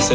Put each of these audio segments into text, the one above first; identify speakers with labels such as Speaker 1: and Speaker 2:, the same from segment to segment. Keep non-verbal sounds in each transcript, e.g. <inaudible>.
Speaker 1: C'est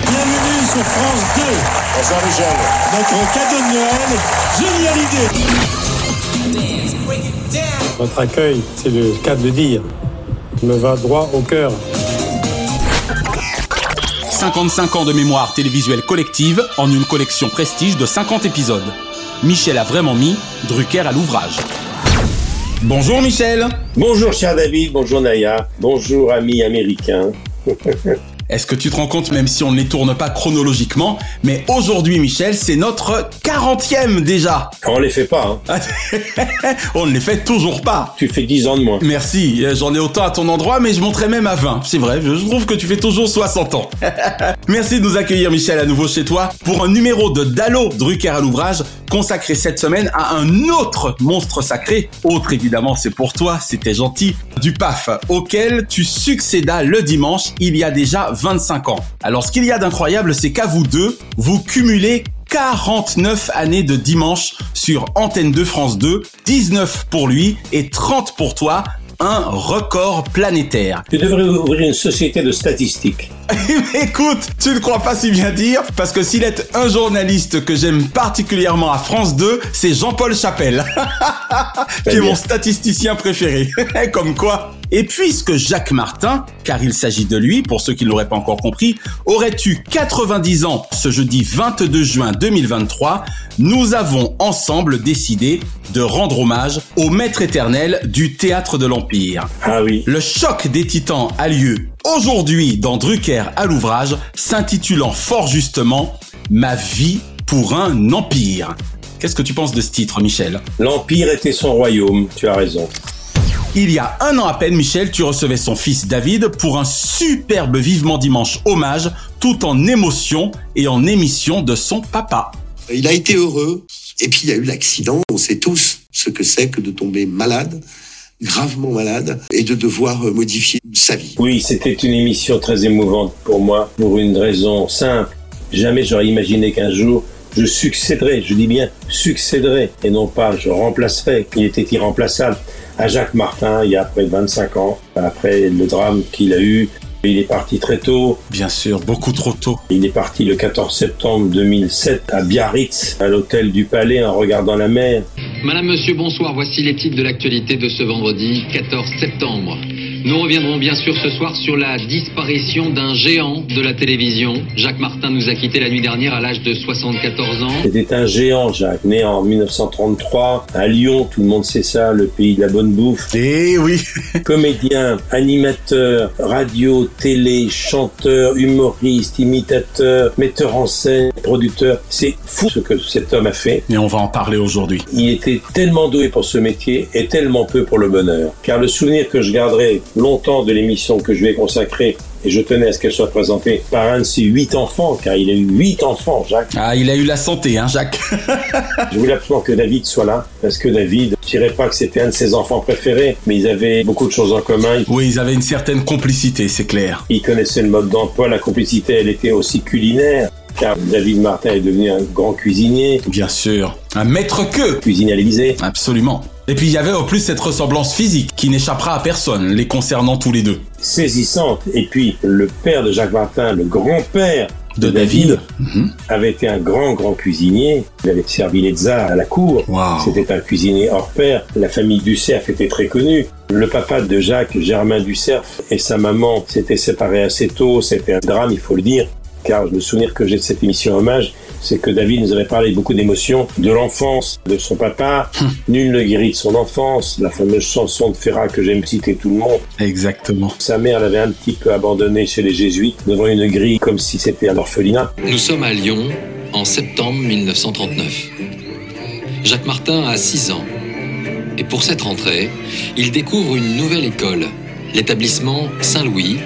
Speaker 2: Bienvenue sur France 2. Bonsoir Michel. Notre cadeau de Noël, génialité.
Speaker 3: Votre accueil, c'est le cas de le dire, me va droit au cœur.
Speaker 4: 55 ans de mémoire télévisuelle collective en une collection prestige de 50 épisodes. Michel a vraiment mis Drucker à l'ouvrage. Bonjour Michel
Speaker 5: Bonjour cher David, bonjour Naya, bonjour amis américains.
Speaker 4: Est-ce que tu te rends compte, même si on ne les tourne pas chronologiquement, mais aujourd'hui Michel, c'est notre 40e déjà
Speaker 5: On les fait pas. Hein.
Speaker 4: on ne les fait toujours pas.
Speaker 5: Tu fais 10 ans de moins.
Speaker 4: Merci, j'en ai autant à ton endroit, mais je monterai même à 20. C'est vrai, je trouve que tu fais toujours 60 ans. Merci de nous accueillir Michel à nouveau chez toi pour un numéro de Dallo Drucker à l'ouvrage consacré cette semaine à un autre monstre sacré, autre évidemment c'est pour toi, c'était gentil, du PAF, auquel tu succédas le dimanche il y a déjà 25 ans. Alors ce qu'il y a d'incroyable, c'est qu'à vous deux, vous cumulez 49 années de dimanche sur Antenne 2 France 2, 19 pour lui et 30 pour toi, un record planétaire.
Speaker 5: Tu devrais ouvrir une société de statistiques.
Speaker 4: <laughs> Écoute, tu ne crois pas si bien dire, parce que s'il est un journaliste que j'aime particulièrement à France 2, c'est Jean-Paul Chapelle, <laughs> qui est mon statisticien préféré. <laughs> Comme quoi. Et puisque Jacques Martin, car il s'agit de lui, pour ceux qui ne l'auraient pas encore compris, aurait eu 90 ans ce jeudi 22 juin 2023, nous avons ensemble décidé de rendre hommage au maître éternel du théâtre de l'Empire.
Speaker 5: Ah oui.
Speaker 4: Le choc des titans a lieu aujourd'hui dans Drucker à l'ouvrage, s'intitulant fort justement Ma vie pour un empire. Qu'est-ce que tu penses de ce titre, Michel
Speaker 5: L'empire était son royaume, tu as raison.
Speaker 4: Il y a un an à peine, Michel, tu recevais son fils David pour un superbe vivement dimanche hommage, tout en émotion et en émission de son papa.
Speaker 6: Il a été heureux, et puis il y a eu l'accident, on sait tous ce que c'est que de tomber malade gravement malade et de devoir modifier sa vie.
Speaker 5: Oui, c'était une émission très émouvante pour moi, pour une raison simple. Jamais j'aurais imaginé qu'un jour je succéderais, je dis bien succéderais, et non pas je remplacerais. Il était irremplaçable à Jacques Martin il y a près de 25 ans, après le drame qu'il a eu. Il est parti très tôt.
Speaker 4: Bien sûr, beaucoup trop tôt.
Speaker 5: Il est parti le 14 septembre 2007 à Biarritz, à l'hôtel du Palais en regardant la mer.
Speaker 7: Madame, Monsieur, bonsoir. Voici les titres de l'actualité de ce vendredi 14 septembre. Nous reviendrons bien sûr ce soir sur la disparition d'un géant de la télévision. Jacques Martin nous a quittés la nuit dernière à l'âge de 74 ans.
Speaker 5: C'était un géant, Jacques, né en 1933 à Lyon, tout le monde sait ça, le pays de la bonne bouffe.
Speaker 4: Eh oui
Speaker 5: Comédien, animateur, radio, télé, chanteur, humoriste, imitateur, metteur en scène, producteur. C'est fou ce que cet homme a fait.
Speaker 4: Et on va en parler aujourd'hui.
Speaker 5: Il était tellement doué pour ce métier et tellement peu pour le bonheur. Car le souvenir que je garderai longtemps de l'émission que je vais consacrer et je tenais à ce qu'elle soit présentée par un de ses huit enfants, car il a eu huit enfants, Jacques.
Speaker 4: Ah, il a eu la santé, hein, Jacques.
Speaker 5: je voulais absolument que David soit là, parce que David, je dirais pas que c'était un de ses enfants préférés, mais ils avaient beaucoup de choses en commun.
Speaker 4: Oui, ils avaient une certaine complicité, c'est clair.
Speaker 5: Ils connaissaient le mode d'emploi, la complicité, elle était aussi culinaire car David Martin est devenu un grand cuisinier.
Speaker 4: Bien sûr. Un maître que
Speaker 5: Cuisine à l'Élysée.
Speaker 4: Absolument. Et puis il y avait en plus cette ressemblance physique qui n'échappera à personne, les concernant tous les deux.
Speaker 5: Saisissante. Et puis le père de Jacques Martin, le grand-père de, de David, Mhm. David, avait été un grand, grand cuisinier. Il avait servi les tsars à la cour.
Speaker 4: Wow.
Speaker 5: C'était un cuisinier hors pair. La famille Ducerf était très connue. Le papa de Jacques, Germain Ducerf, et sa maman s'étaient séparés assez tôt. C'était un drame, il faut le dire. car le souvenir que j'ai de cette émission Hommage, c'est que David nous avait parlé beaucoup d'émotions, de l'enfance de son papa, Nul ne guérit de son enfance, la fameuse chanson de Ferrat que j'aime citer tout le monde.
Speaker 4: Exactement.
Speaker 5: Sa mère l'avait un petit peu abandonné chez les jésuites, devant une grille comme si c'était un orphelinat.
Speaker 7: Nous sommes à Lyon en septembre 1939. Jacques Martin a 6 ans. Et pour cette rentrée, il découvre une nouvelle école, l'établissement Saint-Louis,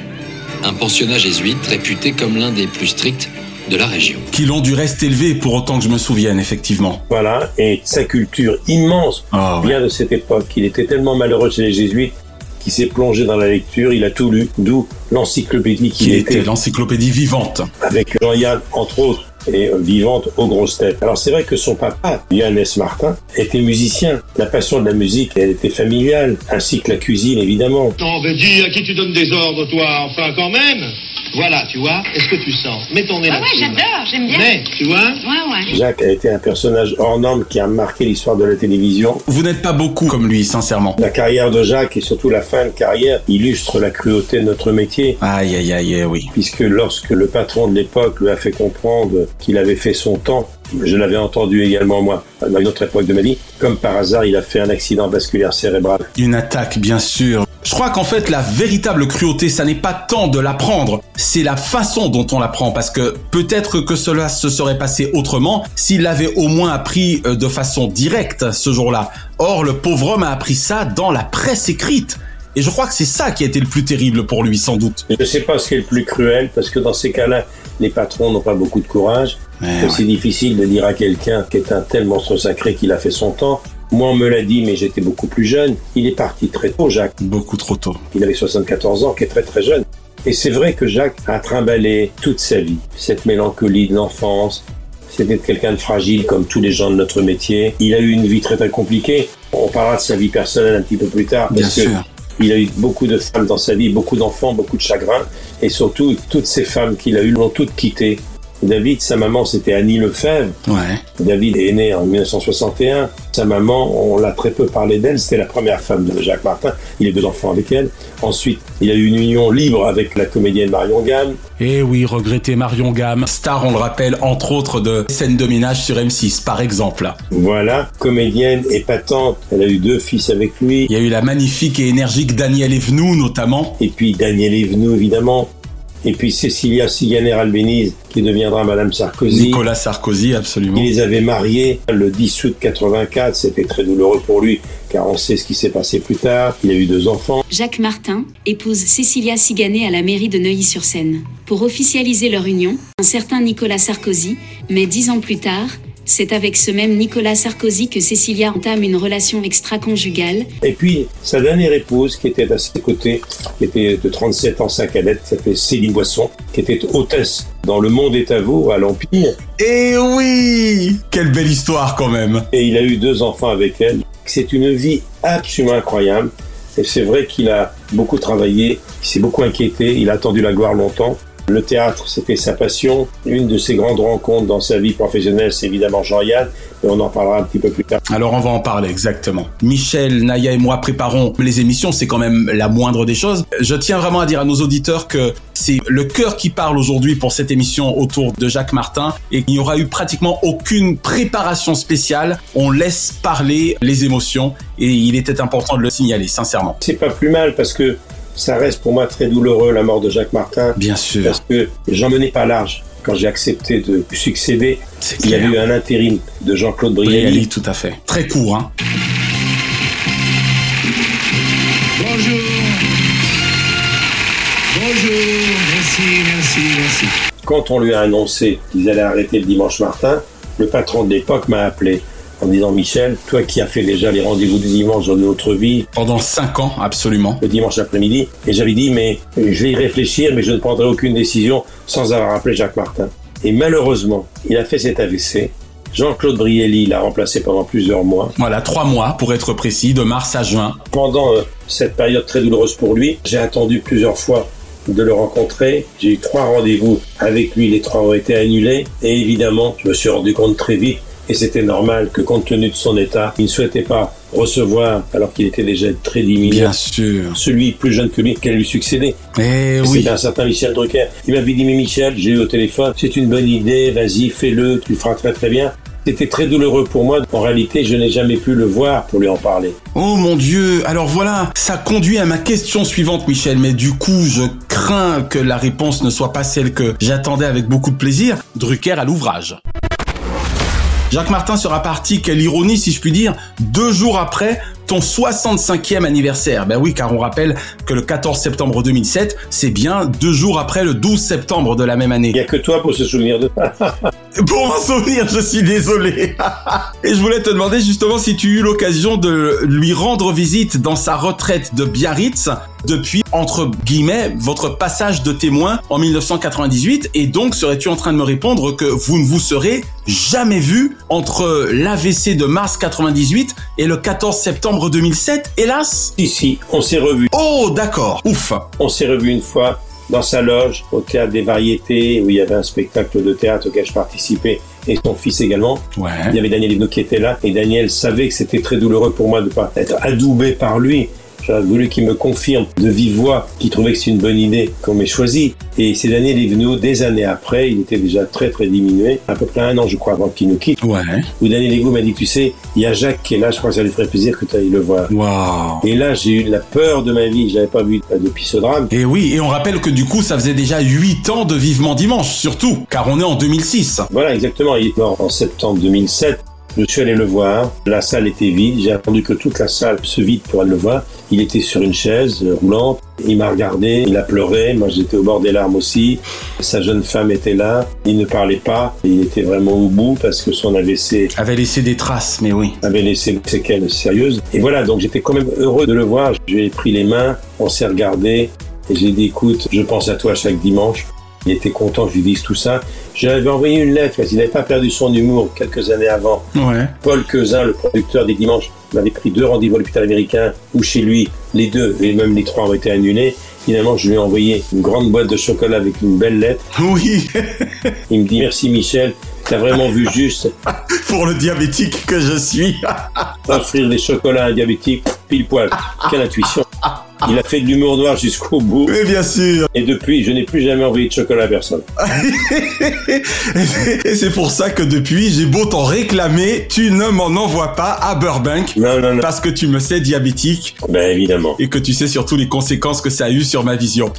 Speaker 7: un pensionnat jésuite réputé comme l'un des plus stricts de la région.
Speaker 4: Qui l'ont dû rester élevé pour autant que je me souvienne, effectivement.
Speaker 5: Voilà, et sa culture immense
Speaker 4: Ah, ouais.
Speaker 5: vient de cette époque. Il était tellement malheureux chez les jésuites qu'il s'est plongé dans la lecture, il a tout lu, d'où l'encyclopédie qu'il
Speaker 4: Qui était
Speaker 5: était,
Speaker 4: l'encyclopédie vivante.
Speaker 5: avec Jean-Yann, entre autres, et euh, vivante aux grosses têtes. Alors c'est vrai que son papa, Yann S. Martin, était musicien. La passion de la musique, elle était familiale, ainsi que la cuisine, évidemment.
Speaker 2: Non, mais dis, à qui tu donnes des ordres, toi Enfin, quand même Voilà, tu vois, est-ce que tu sens Mets ton nez
Speaker 8: Ah ouais,
Speaker 2: là-dessus,
Speaker 8: j'adore, j'aime bien.
Speaker 2: Mets, tu vois
Speaker 8: Ouais, ouais.
Speaker 5: Jacques a été un personnage hors norme qui a marqué l'histoire de la télévision.
Speaker 4: Vous n'êtes pas beaucoup comme lui, sincèrement.
Speaker 5: La carrière de Jacques et surtout la fin de carrière illustre la cruauté de notre métier.
Speaker 4: Aïe, aïe, aïe, eh oui.
Speaker 5: puisque lorsque le patron de l'époque lui a fait comprendre qu'il avait fait son temps, je l'avais entendu également moi, dans une autre époque de ma vie, comme par hasard il a fait un accident vasculaire cérébral.
Speaker 4: Une attaque, bien sûr. Je crois qu'en fait, la véritable cruauté, ça n'est pas tant de l'apprendre, c'est la façon dont on l'apprend, parce que peut-être que cela se serait passé autrement s'il l'avait au moins appris euh, de façon directe ce jour-là. Or, le pauvre homme a appris ça dans la presse écrite. Et je crois que c'est ça qui a été le plus terrible pour lui, sans doute.
Speaker 5: Je ne sais pas ce qui est le plus cruel, parce que dans ces cas-là, les patrons n'ont pas beaucoup de courage.
Speaker 4: Mais
Speaker 5: Et C'est difficile de dire à quelqu'un qui est un tel monstre sacré qu'il a fait son temps. Moi, on me l'a dit, mais j'étais beaucoup plus jeune. Il est parti très tôt, Jacques.
Speaker 4: Beaucoup trop tôt.
Speaker 5: Il avait 74 ans, qui est très très jeune. Et c'est vrai que Jacques a trimballé toute sa vie, cette mélancolie de l'enfance. C'était quelqu'un de fragile comme tous les gens de notre métier. Il a eu une vie très très compliquée. On parlera de sa vie personnelle un petit peu plus tard.
Speaker 4: Bien
Speaker 5: parce que
Speaker 4: sûr.
Speaker 5: Il a eu beaucoup de femmes dans sa vie, beaucoup d'enfants, beaucoup de chagrins. Et surtout, toutes ces femmes qu'il a eues l'ont toutes quitté. David, sa maman, c'était Annie Lefebvre.
Speaker 4: Ouais.
Speaker 5: David est né en 1961. Sa maman, on l'a très peu parlé d'elle, c'était la première femme de Jacques Martin. Il a eu deux enfants avec elle. Ensuite, il a eu une union libre avec la comédienne Marion Gamme.
Speaker 4: Eh oui, regretter Marion Gamme, star, on le rappelle, entre autres de scène de ménage sur M6, par exemple.
Speaker 5: Voilà, comédienne épatante. Elle a eu deux fils avec lui.
Speaker 4: Il y a eu la magnifique et énergique Danielle Evenou, notamment.
Speaker 5: Et puis Daniel Evenou, évidemment. Et puis Cécilia Siganer-Albéniz, qui deviendra Madame Sarkozy.
Speaker 4: Nicolas Sarkozy, absolument.
Speaker 5: Il les avait mariés le 10 août 84. C'était très douloureux pour lui, car on sait ce qui s'est passé plus tard. Il a eu deux enfants.
Speaker 8: Jacques Martin épouse Cécilia Ciganet à la mairie de Neuilly-sur-Seine. Pour officialiser leur union, un certain Nicolas Sarkozy, mais dix ans plus tard, c'est avec ce même Nicolas Sarkozy que Cécilia entame une relation extra-conjugale,
Speaker 5: Et puis, sa dernière épouse, qui était à ses côtés, qui était de 37 ans, sa cadette, qui s'appelait Céline Boisson, qui était hôtesse dans Le Monde est à vous, à l'Empire.
Speaker 4: Eh oui Quelle belle histoire quand même
Speaker 5: Et il a eu deux enfants avec elle. C'est une vie absolument incroyable. Et c'est vrai qu'il a beaucoup travaillé, il s'est beaucoup inquiété, il a attendu la gloire longtemps. Le théâtre, c'était sa passion. Une de ses grandes rencontres dans sa vie professionnelle, c'est évidemment Jean-Yann, mais on en parlera un petit peu plus tard.
Speaker 4: Alors on va en parler exactement. Michel, Naya et moi préparons les émissions, c'est quand même la moindre des choses. Je tiens vraiment à dire à nos auditeurs que c'est le cœur qui parle aujourd'hui pour cette émission autour de Jacques Martin et qu'il n'y aura eu pratiquement aucune préparation spéciale. On laisse parler les émotions et il était important de le signaler, sincèrement.
Speaker 5: C'est pas plus mal parce que ça reste pour moi très douloureux, la mort de Jacques Martin.
Speaker 4: Bien sûr,
Speaker 5: parce que j'en menais pas large. Quand j'ai accepté de succéder,
Speaker 4: c'est
Speaker 5: il y a eu
Speaker 4: clair.
Speaker 5: un intérim de Jean-Claude
Speaker 4: Brialy,
Speaker 5: Brialy.
Speaker 4: tout à fait. Très court, hein.
Speaker 2: Bonjour Bonjour Merci, merci, merci.
Speaker 5: Quand on lui a annoncé qu'ils allaient arrêter le dimanche Martin, le patron de l'époque m'a appelé en me disant Michel, toi qui as fait déjà les rendez-vous du dimanche dans notre vie,
Speaker 4: Pendant cinq ans, absolument.
Speaker 5: le dimanche après-midi, et j'avais dit mais euh, je vais y réfléchir, mais je ne prendrai aucune décision sans avoir appelé Jacques Martin. Et malheureusement, il a fait cet AVC. Jean-Claude Brielli l'a remplacé pendant plusieurs mois.
Speaker 4: Voilà, trois mois pour être précis, de mars à juin.
Speaker 5: Pendant euh, cette période très douloureuse pour lui, j'ai attendu plusieurs fois de le rencontrer. J'ai eu trois rendez-vous avec lui, les trois ont été annulés. Et évidemment, je me suis rendu compte très vite, et c'était normal que compte tenu de son état, il ne souhaitait pas recevoir, alors qu'il était déjà très diminué.
Speaker 4: Bien sûr.
Speaker 5: Celui plus jeune que lui, qui a lui succédé.
Speaker 4: Eh oui.
Speaker 5: C'était un certain Michel Drucker. Il m'avait dit, mais Michel, j'ai eu au téléphone, c'est une bonne idée, vas-y, fais-le, tu le feras très très bien. C'était très douloureux pour moi. En réalité, je n'ai jamais pu le voir pour lui en parler.
Speaker 4: Oh mon Dieu, alors voilà, ça conduit à ma question suivante, Michel, mais du coup, je crains que la réponse ne soit pas celle que j'attendais avec beaucoup de plaisir. Drucker à l'ouvrage. Jacques Martin sera parti, quelle ironie si je puis dire, deux jours après ton 65e anniversaire. Ben oui, car on rappelle que le 14 septembre 2007, c'est bien deux jours après le 12 septembre de la même année.
Speaker 5: Il n'y a que toi pour se souvenir de
Speaker 4: Pour m'en souvenir, je suis désolé. Et je voulais te demander justement si tu eus l'occasion de lui rendre visite dans sa retraite de Biarritz depuis, entre guillemets, votre passage de témoin en 1998. Et donc, serais-tu en train de me répondre que vous ne vous serez jamais vu entre l'AVC de mars 98 et le 14 septembre 2007, hélas
Speaker 5: Si, si, on s'est revus.
Speaker 4: Oh, d'accord, ouf
Speaker 5: On s'est revus une fois dans sa loge au théâtre des variétés où il y avait un spectacle de théâtre auquel je participais et son fils également.
Speaker 4: Ouais.
Speaker 5: Il y avait Daniel Hibno qui était là et Daniel savait que c'était très douloureux pour moi de pas être adoubé par lui. J'aurais voulu qu'il me confirme de vive voix qu'il trouvait que c'est une bonne idée qu'on m'ait choisi. Et c'est Daniel Hibno, des années après, il était déjà très très diminué, à peu près un an je crois avant qu'il nous quitte,
Speaker 4: Ouais.
Speaker 5: où Daniel Hibno m'a dit, tu sais, il y a Jacques qui est là, je crois que ça lui ferait plaisir que tu ailles le voir.
Speaker 4: Waouh.
Speaker 5: Et là, j'ai eu la peur de ma vie, je l'avais pas vu euh, depuis ce drame.
Speaker 4: Et oui, et on rappelle que du coup, ça faisait déjà 8 ans de Vivement Dimanche, surtout, car on est en 2006.
Speaker 5: Voilà, exactement. Il est mort en septembre 2007. Je suis allé le voir. La salle était vide. J'ai attendu que toute la salle se vide pour aller le voir. Il était sur une chaise euh, roulante. Il m'a regardé. Il a pleuré. Moi, j'étais au bord des larmes aussi. Sa jeune femme était là. Il ne parlait pas. Il était vraiment au bout parce que son AVC
Speaker 4: Avait laissé des traces, mais oui.
Speaker 5: avait laissé des séquelles sérieuses. Et voilà, donc j'étais quand même heureux de le voir. Je lui ai pris les mains, on s'est regardé, et j'ai dit, écoute, je pense à toi chaque dimanche. Il était content que je lui dise tout ça. J'avais envoyé une lettre, parce qu'il n'avait pas perdu son humour quelques années avant.
Speaker 4: Ouais.
Speaker 5: Paul Quezin, le producteur des dimanches, m'avait pris deux rendez-vous à l'hôpital américain ou chez lui, les deux, et même les trois ont été annulés. Finalement, je lui ai envoyé une grande boîte de chocolat avec une belle lettre.
Speaker 4: Oui, <laughs>
Speaker 5: Il me dit, merci Michel, t'as vraiment vu juste.
Speaker 4: pour le diabétique que je suis. <laughs>
Speaker 5: offrir des chocolats à un diabétique, pile poil. Quelle intuition. Il a fait de l'humour noir jusqu'au bout.
Speaker 4: Mais bien sûr. <laughs>
Speaker 5: Et depuis, je n'ai plus jamais envoyé de chocolat à personne.
Speaker 4: Et c'est pour ça que depuis, j'ai beau t'en réclamer, tu ne m'en envoies pas à Burbank.
Speaker 5: Non, non, non.
Speaker 4: Parce que tu me sais diabétique
Speaker 5: Ben évidemment.
Speaker 4: et que tu sais surtout les conséquences que ça a eu sur ma vision.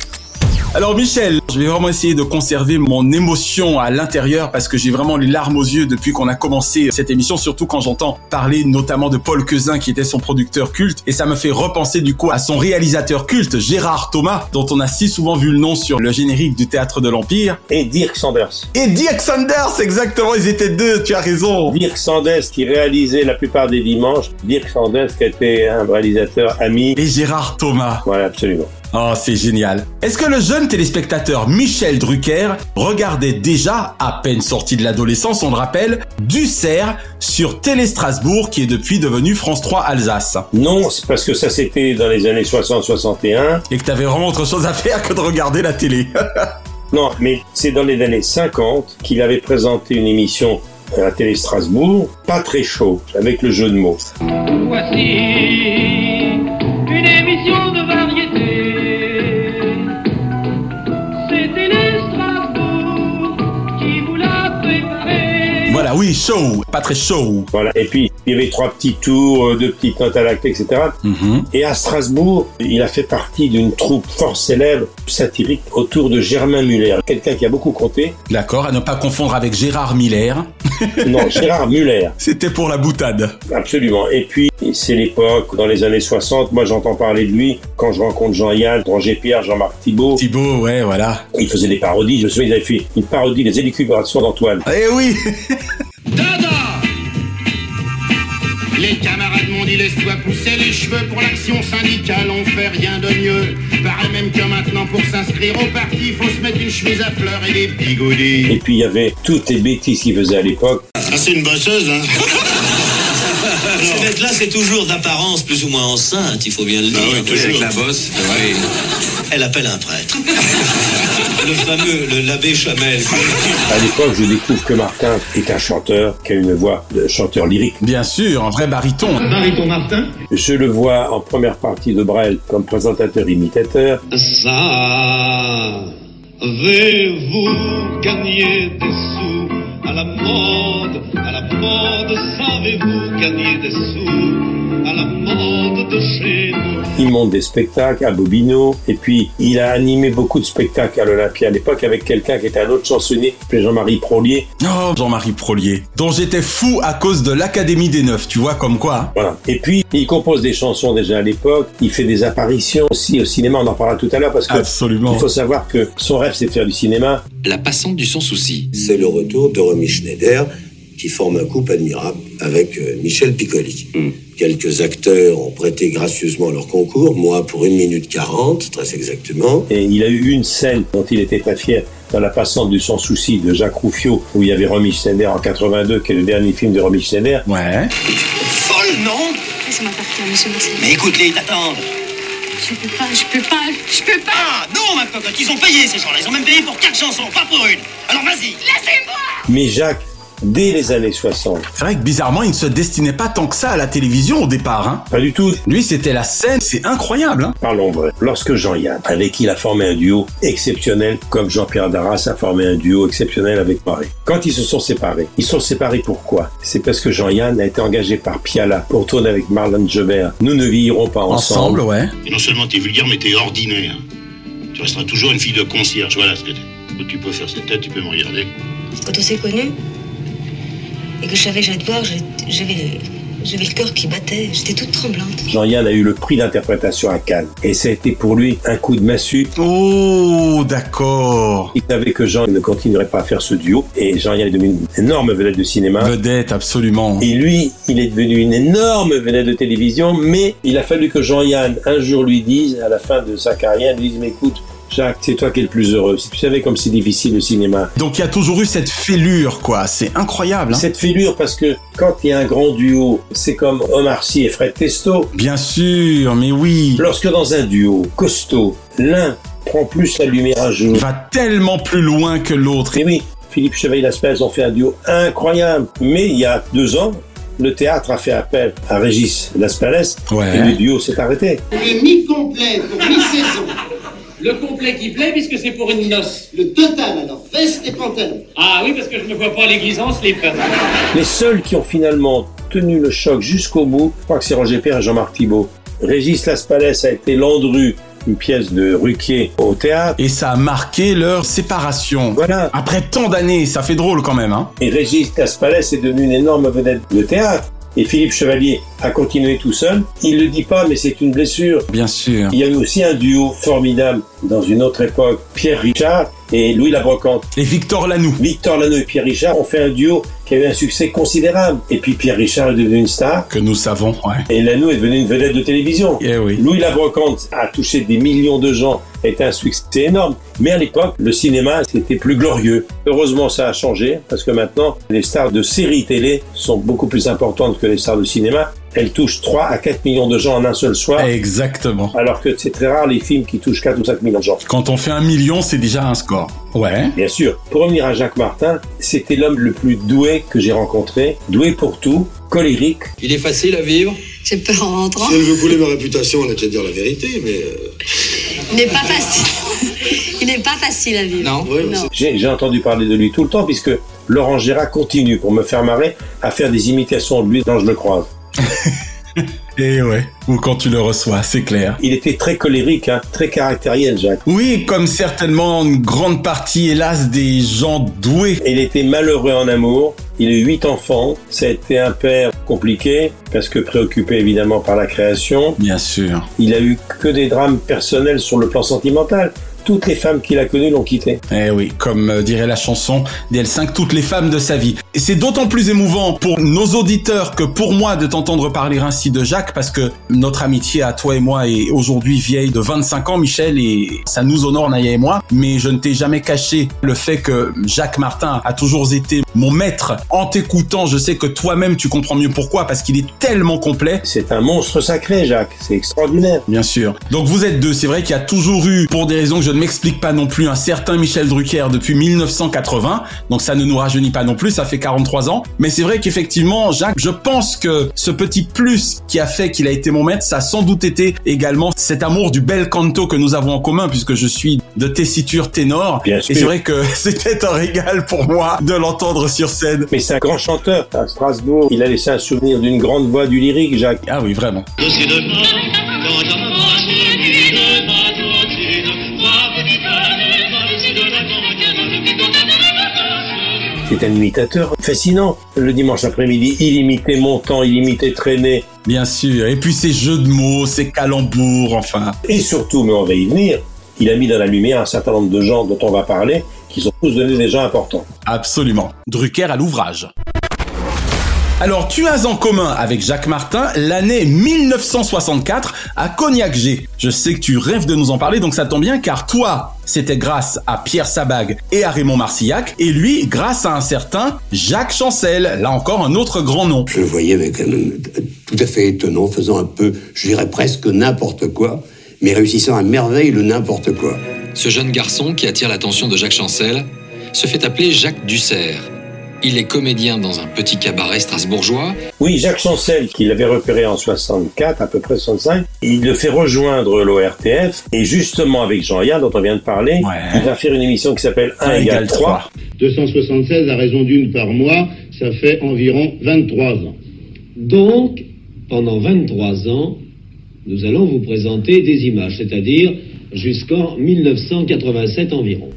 Speaker 4: Alors Michel, je vais vraiment essayer de conserver mon émotion à l'intérieur parce que j'ai vraiment les larmes aux yeux depuis qu'on a commencé cette émission, surtout quand j'entends parler notamment de Paul Quezin qui était son producteur culte et ça me fait repenser du coup à son réalisateur culte Gérard Thomas dont on a si souvent vu le nom sur le générique du théâtre de l'Empire.
Speaker 5: Et Dirk Sanders.
Speaker 4: Et Dirk Sanders, exactement, ils étaient deux, tu as raison.
Speaker 5: Dirk Sanders qui réalisait la plupart des dimanches. Dirk Sanders qui était un réalisateur ami.
Speaker 4: Et Gérard Thomas.
Speaker 5: Voilà, absolument.
Speaker 4: Oh, c'est génial. Est-ce que le jeune téléspectateur Michel Drucker regardait déjà, à peine sorti de l'adolescence, on le rappelle, du cerf sur Télé Strasbourg qui est depuis devenu France 3 Alsace
Speaker 5: Non, c'est parce que ça c'était dans les années 60-61.
Speaker 4: Et que t'avais vraiment autre chose à faire que de regarder la télé. <laughs>
Speaker 5: Non, mais c'est dans les années 50 qu'il avait présenté une émission euh, à la télé Strasbourg, pas très chaud, avec le jeu de mots.
Speaker 9: Voici une émission de variété. C'était les Strasbourg qui vous l'a préparé.
Speaker 4: voilà, oui, show, pas très show.
Speaker 5: Voilà. Et puis, il y avait trois petits tours, euh, deux petites notes à l'acte, etc.
Speaker 4: Mhm.
Speaker 5: Et à Strasbourg, il a fait partie d'une troupe fort célèbre satirique autour de Germain Muller, quelqu'un qui a beaucoup compté.
Speaker 4: D'accord, à ne pas confondre avec Gérard Miller.
Speaker 5: Non, Gérard Muller,
Speaker 4: C'était pour la boutade.
Speaker 5: absolument. Et puis, c'est l'époque, dans les années 60, moi j'entends parler de lui quand je rencontre Jean-Yann, Roger Pierre, Jean-Marc Thibault.
Speaker 4: Thibaut, ouais, voilà.
Speaker 5: Il faisait des parodies, je me souviens, il avait fait une parodie des élucubrations d'Antoine.
Speaker 4: Eh oui <laughs>
Speaker 2: Dada Les camarades m'ont dit laisse-toi pousser les cheveux pour l'action syndicale, on fait rien de mieux. Paraît même que maintenant pour s'inscrire au parti, faut se mettre une chemise à fleurs et des bigoudis.
Speaker 5: Et puis, il y avait toutes les bêtises qu'il faisait à l'époque.
Speaker 2: Ah, c'est une bosseuse, hein
Speaker 10: Ce mec-là, c'est toujours d'apparence plus ou moins enceinte, il faut bien le dire.
Speaker 2: oui, toujours. Avec la bosse,
Speaker 10: Elle appelle un prêtre. le fameux, le- l'abbé Chamel.
Speaker 5: À l'époque, je découvre que Martin est un chanteur qui a une voix de chanteur lyrique.
Speaker 4: Bien sûr, un vrai baryton.
Speaker 10: Bariton Martin
Speaker 5: Je le vois en première partie de Brel comme présentateur imitateur.
Speaker 9: Savez-vous gagner des sous à la mode, à la mode, savez-vous gagner des sous à la mode de chez nous
Speaker 5: Il monte des spectacles à Bobino et puis il a animé beaucoup de spectacles à l'Olympia à l'époque avec quelqu'un qui était un autre chansonnier, qui s'appelait Jean-Marie Prolier.
Speaker 4: Oh, Jean-Marie Prolier, dont j'étais fou à cause de l'Académie des Neufs, tu vois, comme quoi. hein.
Speaker 5: Voilà. Et puis, il compose des chansons déjà à l'époque. Il fait des apparitions aussi au cinéma. On en parlera tout à l'heure parce que
Speaker 4: Absolument.
Speaker 5: il faut savoir que son rêve, c'est de faire du cinéma.
Speaker 7: La passante du sans souci.
Speaker 11: C'est le retour de Romy Schneider qui forme un couple admirable avec euh, Michel Piccoli.
Speaker 2: Hmm.
Speaker 11: Quelques acteurs ont prêté gracieusement leur concours, moi pour une minute 40, très exactement.
Speaker 5: Et il a eu une scène dont il était très fier dans La Passante du Sans Souci de Jacques Rouffio, où il y avait Romy Schneider en 82, qui est le dernier film de Romy Schneider.
Speaker 4: Ouais.
Speaker 10: Folle, non
Speaker 8: Laissez-moi partir, monsieur Marcel.
Speaker 10: Mais écoute-les, ils t'attendent.
Speaker 8: Je peux pas, je peux pas, je peux pas.
Speaker 10: Ah, non, ma cocotte, ils ont payé ces gens-là. Ils ont même payé pour quatre chansons, pas pour une. Alors vas-y. Laissez-moi
Speaker 5: Mais Jacques, dès les années 60,
Speaker 4: C'est vrai que bizarrement, il ne se destinait pas tant que ça à la télévision au départ. Hein.
Speaker 5: Pas du tout.
Speaker 4: Lui, c'était la scène, c'est incroyable. Hein.
Speaker 5: Parlons vrai. Lorsque Jean-Yann, avec qui il a formé un duo exceptionnel, comme Jean-Pierre Darras a formé un duo exceptionnel avec Marais. Quand ils se sont séparés, ils sont séparés pourquoi C'est parce que Jean-Yann a été engagé par Piala pour tourner avec Marlon Jobert. Nous ne vieillirons pas ensemble.
Speaker 4: ouais.
Speaker 2: Et non seulement t'es vulgaire, mais t'es ordinaire. Tu resteras toujours une fille de concierge. Voilà ce que t'es. Tu peux faire cette tête, tu peux me regarder.
Speaker 12: Quand on s'est connus et que je savais que j'allais te voir, j'ai- j'avais le, j'avais le cœur qui battait, j'étais toute tremblante.
Speaker 5: Jean-Yann a eu le prix d'interprétation à Cannes. Et ça a été pour lui un coup de massue.
Speaker 4: Oh, d'accord.
Speaker 5: Il savait que Jean ne continuerait pas à faire ce duo. Et Jean-Yann est devenu une énorme vedette de cinéma.
Speaker 4: Vedette, absolument.
Speaker 5: Et lui, il est devenu une énorme vedette de télévision, mais il a fallu que Jean-Yann, un jour, lui dise, à la fin de sa carrière, lui dise, mais écoute, Jacques, c'est toi qui es le plus heureux. Tu savais comme c'est difficile le cinéma.
Speaker 4: Donc il y a toujours eu cette fêlure, quoi. C'est incroyable. hein.
Speaker 5: Cette figure, parce que quand il y a un grand duo, c'est comme Omar Sy et Fred Testo.
Speaker 4: Bien sûr, mais oui.
Speaker 5: Lorsque dans un duo costaud, l'un prend plus la lumière à jour.
Speaker 4: Va tellement plus loin que l'autre.
Speaker 5: Et oui, Philippe Chevalier Laspez ont fait un duo incroyable. Mais il y a deux ans, le théâtre a fait appel à Régis Laspalès
Speaker 4: Ouais.
Speaker 5: et le duo s'est arrêté.
Speaker 2: Le mi-complet pour mi-saison. Le complet qui plaît, puisque c'est pour une noce. Le total, alors, veste et pantalon. Ah oui, parce que je ne vois pas l'église en slip.
Speaker 5: Les seuls qui ont finalement tenu le choc jusqu'au bout, je crois que c'est Roger Père et Jean-Marc Thibault. Régis Laspalès a été Landru, une pièce de Ruquier au théâtre.
Speaker 4: Et ça a marqué leur séparation.
Speaker 5: Voilà.
Speaker 4: Après tant d'années, ça fait drôle quand même. Hein.
Speaker 5: Et Régis Laspalès est devenu une énorme vedette de théâtre. Et Philippe Chevalier a continué tout seul. Il le dit pas, mais c'est une blessure.
Speaker 4: Bien sûr.
Speaker 5: Il y a eu aussi un duo formidable dans une autre époque, Pierre Richard et Louis Labrocante.
Speaker 4: Et Victor Lanoux.
Speaker 5: Victor Lanoux et Pierre Richard ont fait un duo qui a eu un succès considérable. Et puis Pierre Richard est devenu une star.
Speaker 4: Que nous savons, ouais.
Speaker 5: Et Lanoux est devenu une vedette de télévision.
Speaker 4: Eh oui.
Speaker 5: Louis Labrocante a touché des millions de gens, est un succès énorme. Mais à l'époque, le cinéma, c'était plus glorieux. Heureusement, ça a changé, parce que maintenant, les stars de séries télé sont beaucoup plus importantes que les stars de cinéma. Elles touchent 3 à 4 millions de gens en un seul soir,
Speaker 4: Exactement.
Speaker 5: alors que c'est très rare les films qui touchent 4 ou 5 millions de gens.
Speaker 4: Quand on fait un million, c'est déjà un score. Ouais.
Speaker 5: Bien sûr. Pour revenir à Jacques Martin, c'était l'homme le plus doué que j'ai rencontré, doué pour tout, colérique,
Speaker 7: Il est facile à vivre.
Speaker 12: J'ai peur en rentrant.
Speaker 11: Si elle veut couler ma réputation, elle a qu'à dire la vérité, mais... euh,
Speaker 12: Il n'est pas facile. Il n'est pas facile à vivre.
Speaker 7: Non.
Speaker 11: ouais,
Speaker 12: Non.
Speaker 5: J'ai j'ai entendu parler de lui tout le temps puisque Laurent Gérard continue, pour me faire marrer, à faire des imitations de lui quand je le croise.
Speaker 4: Et ouais. Ou quand tu le reçois, c'est clair.
Speaker 5: Il était très colérique, hein, très caractériel, Jacques.
Speaker 4: Oui, comme certainement une grande partie, hélas, des gens doués.
Speaker 5: Il était malheureux en amour. Il a eu huit enfants. Ça a été un père compliqué parce que préoccupé évidemment par la création.
Speaker 4: Bien sûr.
Speaker 5: Il a eu que des drames personnels sur le plan sentimental. Toutes les femmes qu'il a connues l'ont quitté.
Speaker 4: Eh oui, comme euh, dirait la chanson d'L5, toutes les femmes de sa vie. Et c'est d'autant plus émouvant pour nos auditeurs que pour moi de t'entendre parler ainsi de Jacques parce que notre amitié à toi et moi est aujourd'hui vieille de 25 ans, Michel, et ça nous honore, Naya et moi. Mais je ne t'ai jamais caché le fait que Jacques Martin a toujours été mon maître. En t'écoutant, je sais que toi-même tu comprends mieux pourquoi parce qu'il est tellement complet.
Speaker 5: C'est un monstre sacré, Jacques. C'est extraordinaire.
Speaker 4: Bien sûr. Donc vous êtes deux. C'est vrai qu'il y a toujours eu, pour des raisons que je ne m'explique pas non plus, un certain Michel Drucker depuis 1980. Donc ça ne nous rajeunit pas non plus. Ça fait 43 ans. Mais c'est vrai qu'effectivement, Jacques, je pense que ce petit plus qui a fait qu'il a été mon maître, ça a sans doute été également cet amour du bel canto que nous avons en commun puisque je suis de tessiture ténor.
Speaker 5: Bien
Speaker 4: et
Speaker 5: sûr.
Speaker 4: c'est vrai que <laughs> c'était un régal pour moi de l'entendre sur scène.
Speaker 5: Mais c'est un grand chanteur à Strasbourg. Il a laissé un souvenir d'une grande voix du lyrique, Jacques.
Speaker 4: Ah oui, vraiment.
Speaker 9: Je suis de quand dans ma machine, ma trotine, moi, petit cadet, moi, je suis de la campagne, je suis content de la vacances.
Speaker 5: C'est un imitateur fascinant. Le dimanche après-midi, il imitait Montant, il imitait Traîné.
Speaker 4: Bien sûr. Et puis ces jeux de mots, ces calembours, enfin.
Speaker 5: Et surtout, mais on va y venir, il a mis dans la lumière un certain nombre de gens dont on va parler, qui sont tous devenus des gens importants.
Speaker 4: Absolument. Drucker à l'ouvrage. Alors, tu as en commun avec Jacques Martin l'année 1964 à Cognac G. Je sais que tu rêves de nous en parler, donc ça tombe bien, car toi, c'était grâce à Pierre Sabag et à Raymond Marcillac, et lui, grâce à un certain Jacques Chancel, là encore un autre grand nom.
Speaker 6: Je le voyais avec un, tout à fait étonnant, faisant un peu, je dirais presque n'importe quoi, mais réussissant à merveille le n'importe quoi.
Speaker 7: Ce jeune garçon qui attire l'attention de Jacques Chancel se fait appeler Jacques Dussert. Il est comédien dans un petit cabaret strasbourgeois.
Speaker 5: Oui, Jacques Chancel, qui l'avait repéré en 64, à peu près 65, il le fait rejoindre l'ORTF, et justement avec Jean-Yann, dont on vient de parler, il va faire une émission qui s'appelle 1 égale 3.
Speaker 2: 276 à raison d'une par mois, ça fait environ 23 ans.
Speaker 13: Donc, pendant 23 ans, nous allons vous présenter des images, c'est-à-dire jusqu'en 1987 environ.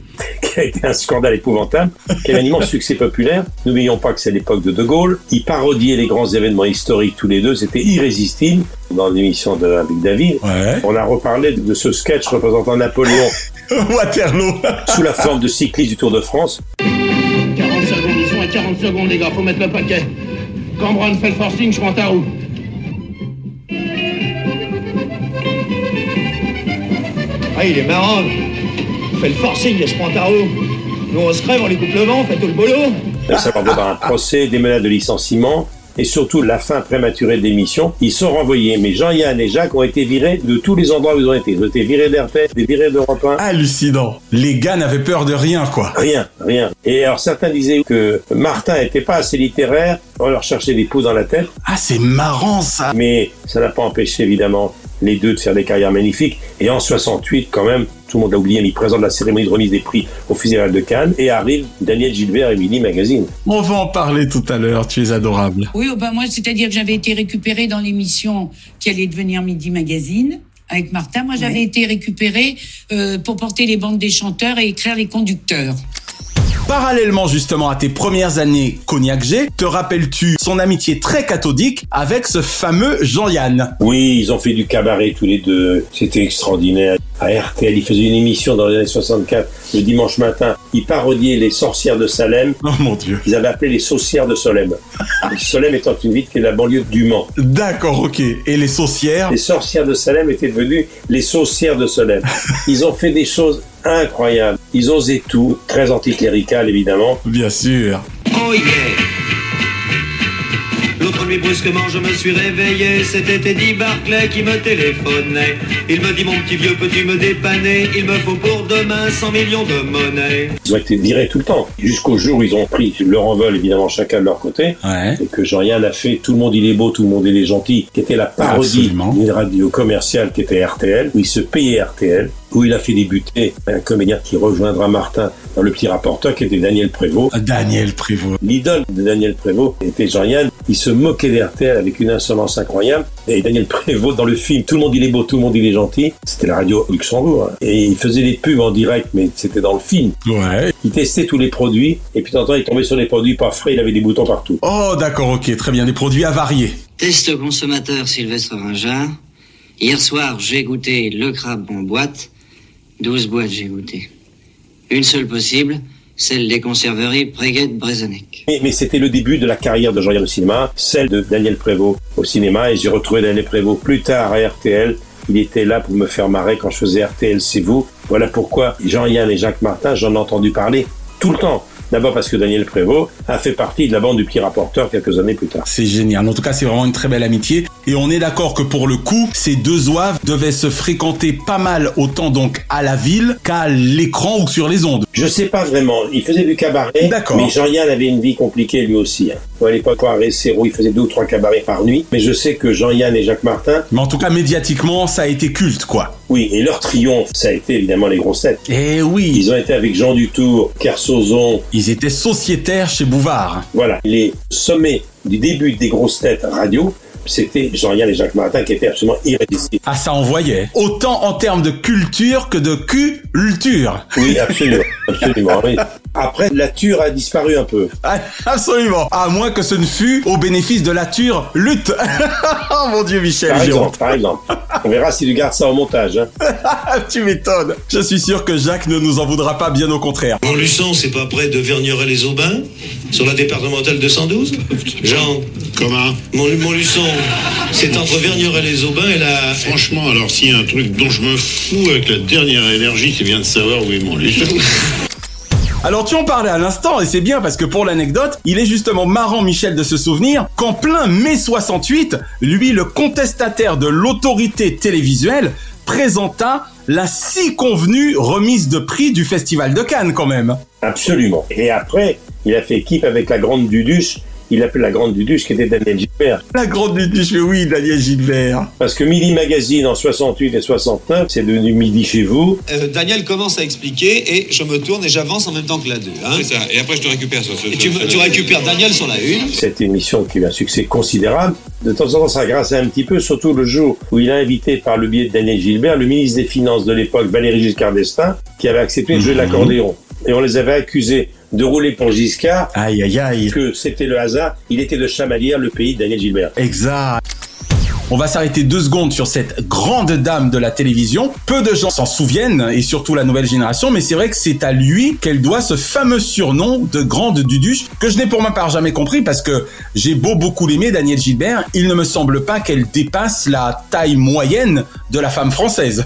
Speaker 5: qui a été un scandale épouvantable, qui a eu un immense succès populaire. N'oublions pas que c'est à l'époque de De Gaulle. Ils parodiaient les grands événements historiques tous les deux, c'était irrésistible. Dans l'émission de avec David, on a reparlé de ce sketch représentant Napoléon
Speaker 4: Waterloo
Speaker 5: sous la forme de cycliste du Tour de France.
Speaker 2: 40 secondes, ils sont à 40 secondes, les gars, faut mettre le paquet. Quand Brown fait le forcing, je rentre à roue.
Speaker 14: Ah, il est marrant. Il fait le forcing, les Spantaros. Nous, on se crève, on les coupe le vent, on fait tout le boulot.
Speaker 5: Ça va avoir un procès, des menaces de licenciement et surtout la fin prématurée de l'émission. Ils sont renvoyés, mais Jean-Yann et Jacques ont été virés de tous les endroits où ils ont été. Ils ont été virés d'RTF, des virés d'Europe 1.
Speaker 4: Hallucinant. Les gars n'avaient peur de rien, quoi.
Speaker 5: Rien, rien. Et alors certains disaient que Martin était pas assez littéraire, on leur cherchait des poux dans la tête.
Speaker 4: Ah, c'est marrant ça
Speaker 5: Mais ça n'a pas empêché évidemment les deux de faire des carrières magnifiques. Et en 68 quand même, tout le monde l'a oublié, mais il présente la cérémonie de remise des prix au Festival de Cannes et arrive Daniel Gilbert et Mini Magazine.
Speaker 4: On va en parler tout à l'heure, tu es adorable.
Speaker 15: Oui, oh ben moi, c'est-à-dire que j'avais été récupérée dans l'émission qui allait devenir Midi Magazine avec Martin. Moi, j'avais été récupérée euh, pour porter les bandes des chanteurs et écrire les conducteurs.
Speaker 4: Parallèlement justement à tes premières années Cognac G, te rappelles-tu son amitié très cathodique avec ce fameux Jean-Yann
Speaker 5: Oui, ils ont fait du cabaret tous les deux. C'était extraordinaire. À RTL, ils faisaient une émission dans les années 64, le dimanche matin. Ils parodiaient les sorcières de Salem.
Speaker 4: Oh mon Dieu.
Speaker 5: Ils avaient appelé les saucières de Solem. Solem étant une ville qui est la banlieue du Mans.
Speaker 4: D'accord, ok. Et les saucières
Speaker 5: Les sorcières de Salem étaient devenues les saucières de Solem. Ils ont fait des choses incroyables. Ils osaient tout, très anticlérical évidemment.
Speaker 4: Bien sûr.
Speaker 14: Oh yeah L'autre nuit brusquement je me suis réveillé, c'était Eddie Barclay qui me téléphonait. Il me dit mon petit vieux peux-tu me dépanner, il me faut pour demain 100 millions de monnaies.
Speaker 5: Ils ont été virés tout le temps, jusqu'au jour où ils ont pris leur envol, évidemment, chacun de leur côté, et que Jean-Yann a fait Tout le monde il est beau, tout le monde il est gentil, qui était la parodie
Speaker 4: Absolument.
Speaker 5: d'une radio commerciale qui était RTL, où il se payait RTL, où il a fait débuter un comédien qui rejoindra Martin dans Le Petit Rapporteur, qui était Daniel Prévost.
Speaker 4: Daniel Prévost.
Speaker 5: L'idole de Daniel Prévost était Jean-Yann. Il se moquait d'RTL avec une insolence incroyable. Et Daniel Prévost, dans le film Tout le monde il est beau, tout le monde il est gentil, c'était la radio Luxembourg. hein. Et il faisait des pubs en direct, mais c'était dans le film.
Speaker 4: Ouais.
Speaker 5: Il testait tous les produits, et puis de temps en temps, il tombait sur des produits pas frais, il avait des boutons partout.
Speaker 4: Oh d'accord, ok, très bien, des produits avariés.
Speaker 16: Test consommateur Sylvestre Ringard. Hier soir, j'ai goûté le crabe en boîte. 12 boîtes, j'ai goûté. Une seule possible, celle des conserveries Préguette-Brézanec.
Speaker 5: Mais, mais c'était le début de la carrière de Jean-Yann au cinéma, celle de Daniel Prévost au cinéma, et j'ai retrouvé Daniel Prévost plus tard à RTL. Il était là pour me faire marrer quand je faisais RTL, c'est vous. Voilà pourquoi Jean-Yann et Jacques Martin, j'en ai entendu parler tout le temps. D'abord parce que Daniel Prévost a fait partie de la bande du petit rapporteur quelques années plus tard.
Speaker 4: C'est génial. En tout cas, c'est vraiment une très belle amitié. Et on est d'accord que pour le coup, ces deux oives devaient se fréquenter pas mal autant donc à la ville qu'à l'écran ou sur les ondes.
Speaker 5: Je sais pas vraiment. Il faisait du cabaret.
Speaker 4: D'accord.
Speaker 5: Mais Jean-Yann avait une vie compliquée lui aussi. hein. Bon, À l'époque, Poiré et Serrault, il faisait deux ou trois cabarets par nuit. Mais je sais que Jean-Yann et Jacques Martin,
Speaker 4: Mais en tout cas, médiatiquement, ça a été culte, quoi.
Speaker 5: oui, et leur triomphe, ça a été évidemment les grosses têtes.
Speaker 4: Eh oui.
Speaker 5: Ils ont été avec Jean Dutour, Kersozon.
Speaker 4: Ils étaient sociétaires chez Bouvard.
Speaker 5: Voilà. Les sommets du début des grosses têtes radio, c'était Jean-Yann et Jacques Martin qui étaient absolument irrésistibles.
Speaker 4: Ah, ça envoyait. Autant en termes de culture que de culture. <laughs>
Speaker 5: Oui, <laughs> absolument. absolument oui. Après, la ture a disparu un peu.
Speaker 4: Ah, Absolument. À moins que ce ne fût au bénéfice de la ture lutte. <laughs> oh mon dieu, Michel.
Speaker 5: Par
Speaker 4: j'ai honte.
Speaker 5: exemple, par exemple. On verra si tu gardes ça au montage. hein.
Speaker 4: Ah, tu m'étonnes. Je suis sûr que Jacques ne nous en voudra pas, bien au contraire.
Speaker 14: Jean Luçon, c'est pas près de Vergneret-les-Aubins Sur la départementale 212 Jean
Speaker 2: Comment
Speaker 14: Mon, mon Luçon, c'est entre Vergneret-les-Aubins et la...
Speaker 2: Franchement, alors s'il y a un truc dont je me fous avec la dernière énergie, c'est bien de savoir où est mon Luçon.
Speaker 4: Alors tu en parlais à l'instant et c'est bien parce que pour l'anecdote, il est justement marrant Michel de se souvenir qu'en plein mai 68, lui le contestataire de l'autorité télévisuelle présenta la si convenue remise de prix du Festival de Cannes quand même.
Speaker 5: Absolument. Et après, il a fait équipe avec la grande Duduche. Il appelait la grande Duduche qui était Daniel Gilbert.
Speaker 4: La grande lutte du jeu, oui, Daniel Gilbert.
Speaker 5: Parce que Midi Magazine en 68 et 69, c'est devenu Midi chez vous.
Speaker 17: Euh, Daniel commence à expliquer et je me tourne et j'avance en même temps que la 2. Hein.
Speaker 14: ça, et après je te récupère sur ce...
Speaker 17: Et tu, me- tu récupères Daniel sur la 1.
Speaker 5: Cette émission qui a eu un succès considérable. De temps en temps, ça grinçait un petit peu, surtout le jour où il a invité par le biais de Daniel Gilbert le ministre des Finances de l'époque, Valéry Giscard d'Estaing, qui avait accepté le jeu de l'accordéon. Et on les avait accusés de rouler pour Giscard,
Speaker 4: Aïe aïe aïe.
Speaker 5: que c'était le hasard. Il était de Chamalières, le pays de Daniel Gilbert.
Speaker 4: Exact. On va s'arrêter deux secondes sur cette grande dame de la télévision. Peu de gens s'en souviennent, et surtout la nouvelle génération, mais c'est vrai que c'est à lui qu'elle doit ce fameux surnom de Grande Duduche, que je n'ai pour ma part jamais compris, parce que j'ai beau beaucoup l'aimer, Daniel Gilbert, il ne me semble pas qu'elle dépasse la taille moyenne de la femme française.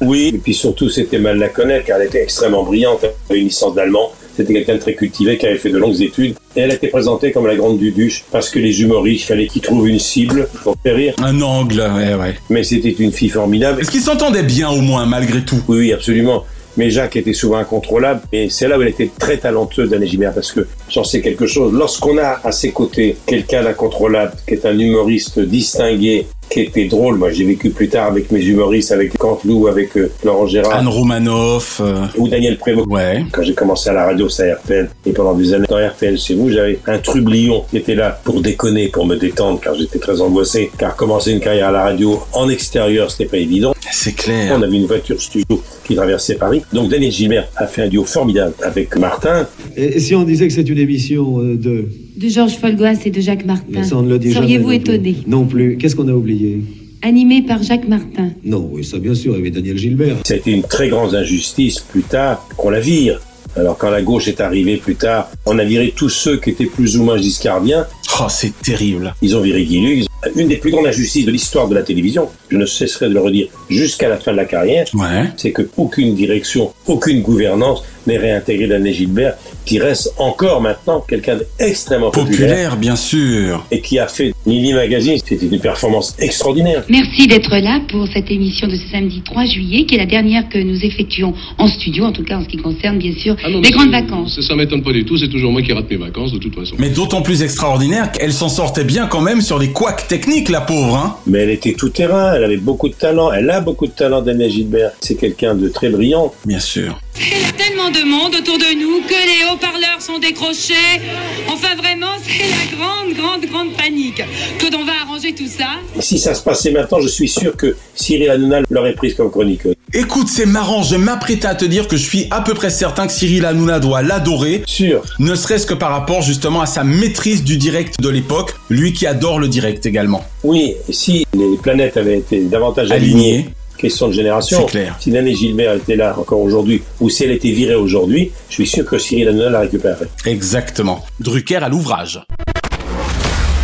Speaker 5: Oui, et puis surtout, c'était mal la connaître, car elle était extrêmement brillante, elle avait une licence d'allemand. C'était quelqu'un de très cultivé qui avait fait de longues études. Et elle a été présentée comme la grande duduche parce que les humoristes, fallait qu'ils trouvent une cible pour faire rire.
Speaker 4: Un angle, ouais, ouais.
Speaker 5: Mais c'était une fille formidable.
Speaker 4: Est-ce qu'ils s'entendaient bien au moins, malgré tout
Speaker 5: Oui, oui, absolument. Mais Jacques était souvent incontrôlable. Et c'est là où elle était très talentueuse, Daniel Gilbert, parce que j'en sais quelque chose. Lorsqu'on a à ses côtés quelqu'un d'incontrôlable, qui est un humoriste distingué, qui était drôle, moi j'ai vécu plus tard avec mes humoristes, avec Canteloup, avec euh, Laurent Gérard,
Speaker 4: Anne Romanoff, euh,
Speaker 5: ou Daniel Prévost.
Speaker 4: Ah ouais.
Speaker 5: Quand j'ai commencé à la radio, c'est RTL. Et pendant des années, dans RTL chez vous, j'avais un trublion qui était là pour déconner, pour me détendre, car j'étais très angoissé. Car commencer une carrière à la radio en extérieur, c'était pas évident.
Speaker 4: C'est clair.
Speaker 5: On avait une voiture studio qui traversait Paris. Donc Daniel Gilbert a fait un duo formidable avec Martin.
Speaker 13: Et, et si on disait que c'est une émission euh, de...
Speaker 18: De Georges Folgoas et de Jacques Martin.
Speaker 13: Mais ça, on ne le dit jamais
Speaker 18: Seriez-vous
Speaker 13: non plus.
Speaker 18: étonné
Speaker 13: Non plus. Qu'est-ce qu'on a oublié
Speaker 18: Animé par Jacques Martin.
Speaker 13: Non, oui, ça bien sûr, il y avait Daniel Gilbert.
Speaker 5: Ça a été une très grande injustice plus tard qu'on la vire. Alors quand la gauche est arrivée plus tard, on a viré tous ceux qui étaient plus ou moins giscardiens.
Speaker 4: Oh, c'est terrible.
Speaker 5: Ils ont viré Guy Lux. Une des plus grandes injustices de l'histoire de la télévision, je ne cesserai de le redire jusqu'à la fin de la carrière,
Speaker 4: Ouais.
Speaker 5: c'est que aucune direction, aucune gouvernance n'est réintégrée d'Anne Gilbert, qui reste encore maintenant quelqu'un d'extrêmement populaire
Speaker 4: Populaire, bien sûr.
Speaker 5: et qui a fait Lily Magazine. C'était une performance extraordinaire.
Speaker 18: Merci d'être là pour cette émission de ce samedi 3 juillet, qui est la dernière que nous effectuons en studio, en tout cas en ce qui concerne bien sûr
Speaker 14: Ah
Speaker 18: les grandes vacances.
Speaker 14: Ça, ça m'étonne pas du tout, c'est toujours moi qui rate mes vacances de toute façon.
Speaker 4: Mais d'autant plus extraordinaire qu'elle s'en sortait bien quand même sur les couacs techniques, la pauvre, hein
Speaker 5: Mais elle était tout terrain, elle avait beaucoup de talent, elle a beaucoup de talent Daniel Gilbert. C'est quelqu'un de très brillant.
Speaker 4: Bien sûr.
Speaker 15: Il y a tellement de monde autour de nous que les haut-parleurs sont décrochés. Enfin, vraiment, c'est la grande, grande, grande panique. Claude, on va arranger tout ça.
Speaker 5: Et si ça se passait maintenant, je suis sûr que Cyril Hanouna l'aurait prise comme chroniqueuse.
Speaker 4: Écoute, c'est marrant, je m'apprête à te dire que je suis à peu près certain que Cyril Hanouna doit l'adorer,
Speaker 5: Sûr.
Speaker 4: ne serait-ce que par rapport justement à sa maîtrise du direct de l'époque, lui qui adore le direct également.
Speaker 5: Oui, si les planètes avaient été davantage
Speaker 4: Aligné.
Speaker 5: alignées, question de génération.
Speaker 4: C'est clair.
Speaker 5: Si Nanné Gilbert était là encore aujourd'hui, ou si elle était virée aujourd'hui, je suis sûr que Cyril Hanouna la récupérerait.
Speaker 4: Exactement. Drucker à l'ouvrage.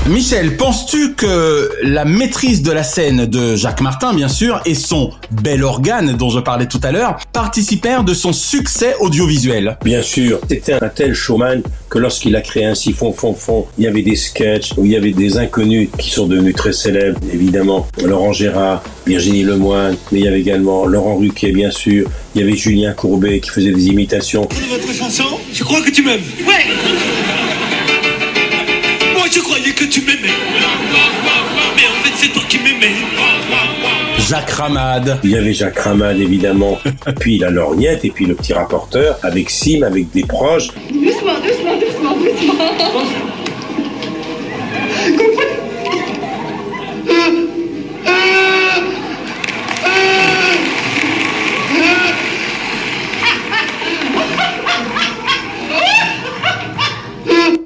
Speaker 4: Michel, penses-tu que la maîtrise de la scène de Jacques Martin, bien sûr, et son bel organe dont je parlais tout à l'heure, participèrent de son succès audiovisuel
Speaker 5: Bien sûr, c'était un tel showman que lorsqu'il a créé un siphon fond fond, il y avait des sketchs où il y avait des inconnus qui sont devenus très célèbres, évidemment. Laurent Gérard, Virginie Lemoine, mais il y avait également Laurent Ruquier, bien sûr. Il y avait Julien Courbet qui faisait des imitations.
Speaker 10: Votre chanson Je crois que tu m'aimes. Ouais Moi, je croyais que tu m'aimais. Mais en fait, c'est toi qui m'aimais.
Speaker 4: Jacques Ramade.
Speaker 5: Il y avait Jacques Ramade, évidemment. puis la lorgnette et puis le petit rapporteur avec Sim, avec des proches.
Speaker 19: Doucement, doucement, doucement, doucement.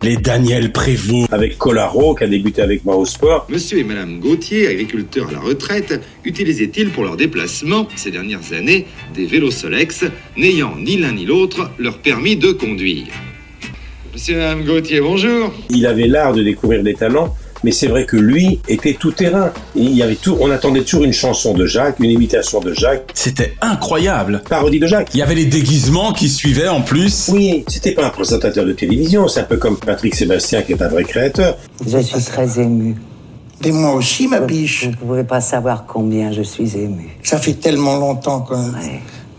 Speaker 4: Les Daniel Prévost.
Speaker 5: Avec Colaro qui a débuté avec moi au sport.
Speaker 20: Monsieur et Madame Gauthier, agriculteurs à la retraite, utilisaient-ils pour leurs déplacements ces dernières années des vélos Solex, n'ayant ni l'un ni l'autre leur permis de conduire Monsieur et Madame Gauthier, bonjour.
Speaker 5: Il avait l'art de découvrir des talents, mais c'est vrai que lui était tout terrain. Il y avait tout, on attendait toujours une chanson de Jacques, une imitation de Jacques.
Speaker 4: C'était incroyable.
Speaker 5: Parodie de Jacques.
Speaker 4: Il y avait les déguisements qui suivaient en plus.
Speaker 5: Oui, c'était pas un présentateur de télévision, c'est un peu comme Patrick Sébastien qui est un vrai créateur.
Speaker 21: Je suis très ému.
Speaker 22: Mais moi aussi, ma biche.
Speaker 21: Vous ne pouvez pas savoir combien je suis ému.
Speaker 22: Ça fait tellement longtemps qu'on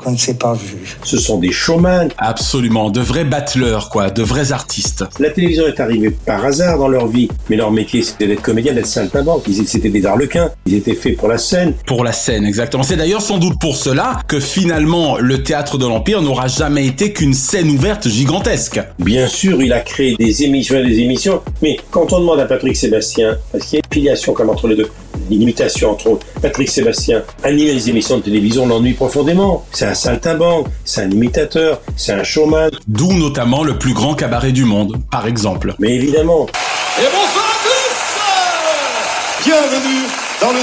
Speaker 22: qu'on ne s'est pas vu.
Speaker 5: Ce sont des showman.
Speaker 4: Absolument, de vrais battleurs, quoi, de vrais artistes.
Speaker 5: La télévision est arrivée par hasard dans leur vie, mais leur métier c'était d'être comédien, d'être saltimbanque. Ils c'était des harlequins, ils étaient faits pour la scène.
Speaker 4: Pour la scène, exactement. C'est d'ailleurs sans doute pour cela que finalement le théâtre de l'Empire n'aura jamais été qu'une scène ouverte gigantesque.
Speaker 5: Bien sûr, il a créé des émissions et des émissions, mais quand on demande à Patrick Sébastien, parce qu'il y a une filiation comme entre les deux, une imitation entre autres, Patrick Sébastien animait les émissions de télévision, l'ennuie profondément. C'est un saltimbanque, c'est un imitateur, c'est un showman.
Speaker 4: D'où notamment le plus grand cabaret du monde, par exemple.
Speaker 5: Mais évidemment,
Speaker 23: Et bonsoir à tous Bienvenue dans le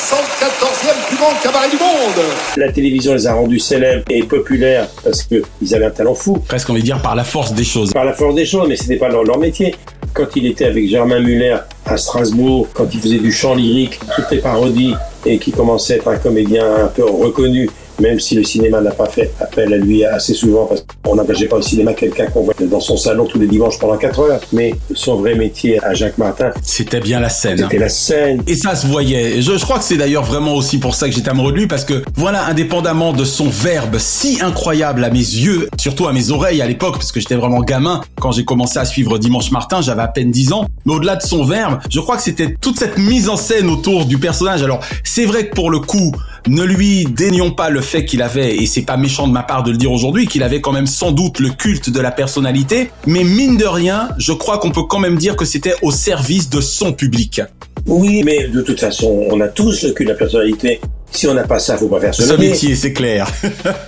Speaker 23: 174e plus grand cabaret du monde
Speaker 5: la télévision les a rendus célèbres et populaires parce que ils avaient un talent fou.
Speaker 4: Presque on va dire par la force des choses.
Speaker 5: Par la force des choses, mais c'était pas leur, leur métier. Quand il était avec Germain Muller à Strasbourg, quand il faisait du chant lyrique, toutes les parodies, et qui commençait à être un comédien un peu reconnu, même si le cinéma n'a pas fait appel à lui assez souvent, parce qu'on n'engageait pas au cinéma quelqu'un qu'on voit dans son salon tous les dimanches pendant 4 heures. Mais son vrai métier à Jacques Martin,
Speaker 4: C'était bien la scène. hein.
Speaker 5: c'était la scène.
Speaker 4: Et ça se voyait. Je, je crois que c'est d'ailleurs vraiment aussi pour ça que j'étais amoureux de lui, parce que voilà, indépendamment de son verbe si incroyable à mes yeux, surtout à mes oreilles à l'époque, parce que j'étais vraiment gamin, quand j'ai commencé à suivre Dimanche Martin, j'avais à peine 10 ans, mais au-delà de son verbe, je crois que c'était toute cette mise en scène autour du personnage. Alors, c'est vrai que pour le coup, ne lui dénions pas le fait qu'il avait, et c'est pas méchant de ma part de le dire aujourd'hui, qu'il avait quand même sans doute le culte de la personnalité, mais mine de rien, je crois qu'on peut quand même dire que c'était au service de son public.
Speaker 5: Oui, mais de toute façon, on a tous le cul de la personnalité. Si on n'a pas ça, faut pas faire ce
Speaker 4: Ce
Speaker 5: métier.
Speaker 4: métier, c'est clair.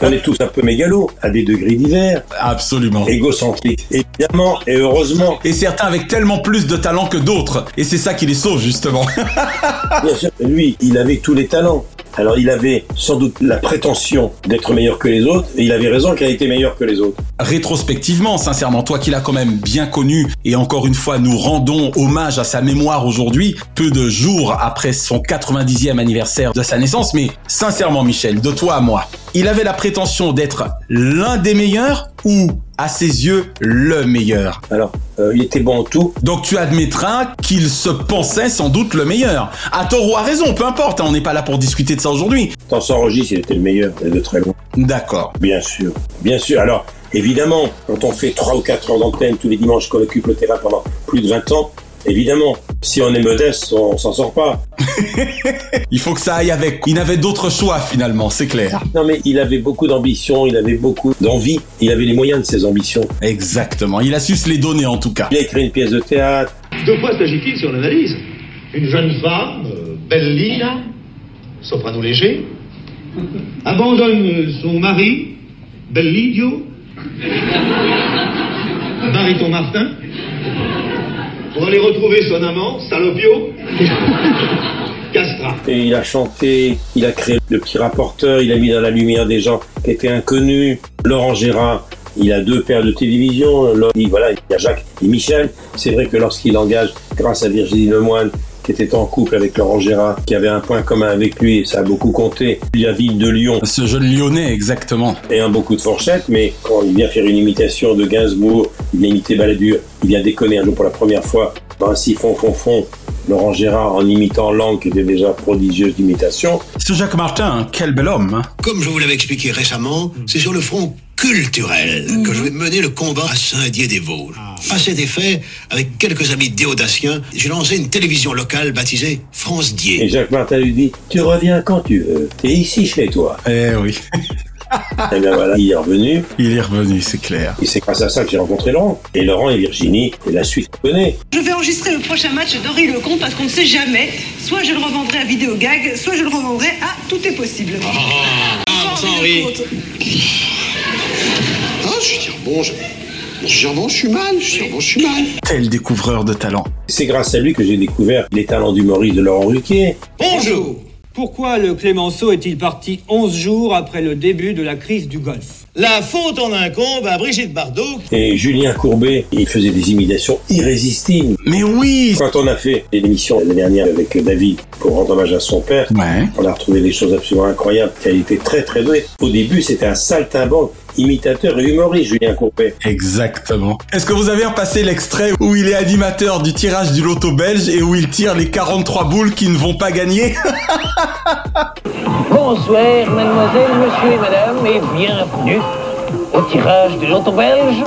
Speaker 5: On est tous un peu mégalos, à des degrés divers,
Speaker 4: Absolument.
Speaker 5: égocentriques, évidemment, et heureusement.
Speaker 4: Et certains avec tellement plus de talent que d'autres. Et c'est ça qui les sauve, justement. <laughs>
Speaker 5: Bien sûr, lui, il avait tous les talents. Alors, il avait sans doute la prétention d'être meilleur que les autres, et il avait raison qu'il a été meilleur que les autres.
Speaker 4: Rétrospectivement, sincèrement, toi qui l'as quand même bien connu, et encore une fois, nous rendons hommage à sa mémoire aujourd'hui, peu de jours après son 90e anniversaire de sa naissance, mais sincèrement, Michel, de toi à moi, il avait la prétention d'être l'un des meilleurs ou, à ses yeux, le meilleur.
Speaker 5: Alors, euh, il était bon en tout.
Speaker 4: Donc tu admettras qu'il se pensait sans doute le meilleur. À tort ou à raison, peu importe, hein, on n'est pas là pour discuter de ça aujourd'hui.
Speaker 5: Dans son registre, il était le meilleur, et de très loin.
Speaker 4: D'accord.
Speaker 5: Bien sûr, bien sûr. Alors, évidemment, quand on fait 3 ou 4 heures d'antenne tous les dimanches, qu'on occupe le terrain pendant plus de 20 ans, évidemment, si on est modeste, on s'en sort pas.
Speaker 4: Il faut que ça aille avec. Il n'avait d'autre choix finalement, c'est clair.
Speaker 5: Non, mais il avait beaucoup d'ambition, il avait beaucoup d'envie, il avait les moyens de ses ambitions.
Speaker 4: Exactement. Il a su se les donner en tout cas.
Speaker 5: Il a écrit une pièce de théâtre,
Speaker 20: De quoi s'agit-il sur l'analyse
Speaker 21: Une jeune femme, belle Lina, soprano léger,
Speaker 20: <laughs> Abandonne son mari, Bellidio, <laughs> Mariton Martin, <laughs> pour aller retrouver son amant, Salopio,
Speaker 13: Castra.
Speaker 6: Ah,
Speaker 5: Et il a chanté, il a créé le petit rapporteur, il a mis dans la lumière des gens qui étaient inconnus. Laurent Gérard, il a deux paires de télévision. L'autre, il- Voilà, il y a Jacques et Michel. C'est vrai que lorsqu'il engage, grâce à Virginie Lemoine, qui était en couple avec Laurent Gérard, qui avait un point commun avec lui, et ça a beaucoup compté. La ville de Lyon.
Speaker 4: Ce jeune lyonnais, exactement.
Speaker 5: Et un beaucoup de fourchettes, mais quand il vient faire une imitation de Gainsbourg, il vient imiter Balladur, il vient déconner un jour pour la première fois dans un siphon fond fond, Laurent Gérard en imitant Lang, qui était déjà prodigieuse d'imitation.
Speaker 4: Ce Jacques Martin, quel bel homme. hein.
Speaker 24: Comme je vous l'avais expliqué récemment, c'est sur le front culturel que je vais mener le combat à Saint-Dié-des-Vosges.
Speaker 14: Ah.
Speaker 24: À cet effet, avec quelques amis déodaciens, j'ai lancé une télévision locale baptisée France Dié.
Speaker 5: Et Jacques Martin lui dit Tu reviens quand tu veux, t'es ici chez toi.
Speaker 4: Eh oui.
Speaker 5: Et bien voilà, il est revenu.
Speaker 4: Il est revenu, c'est clair.
Speaker 5: Et c'est grâce à ça que j'ai rencontré Laurent. Et Laurent et Virginie, et la suite, on connaît.
Speaker 25: Je vais enregistrer le prochain match d'Henri Lecomte parce qu'on ne sait jamais. Soit je le revendrai à Vidéogag, soit je le revendrai à Tout est possible.
Speaker 10: Ah, bon Henri.
Speaker 6: Ah, je suis bon, je... bon, je suis mal, je suis bon, je suis mal.
Speaker 4: Tel découvreur de talent.
Speaker 5: C'est grâce à lui que j'ai découvert les talents d'humoriste de Laurent Ruquier.
Speaker 1: Bonjour Pourquoi le Clémenceau est-il parti 11 jours après le début de la crise du Golfe
Speaker 10: La faute en incombe à Brigitte Bardot.
Speaker 5: Et Julien Courbet, il faisait des imitations irrésistibles.
Speaker 4: Mais oui
Speaker 5: Quand on a fait l'émission l'année dernière avec David pour rendre hommage à son père, on a retrouvé des choses absolument incroyables. Elle était très très douée. Au début, c'était un saltimbanque, imitateur et humoriste, Julien Courbet.
Speaker 4: Exactement. Est-ce que vous avez repassé l'extrait où il est animateur du tirage du loto belge et où il tire les 43 boules qui ne vont pas gagner <laughs>
Speaker 8: Bonsoir, mademoiselle, monsieur et madame, et bienvenue au tirage du loto belge.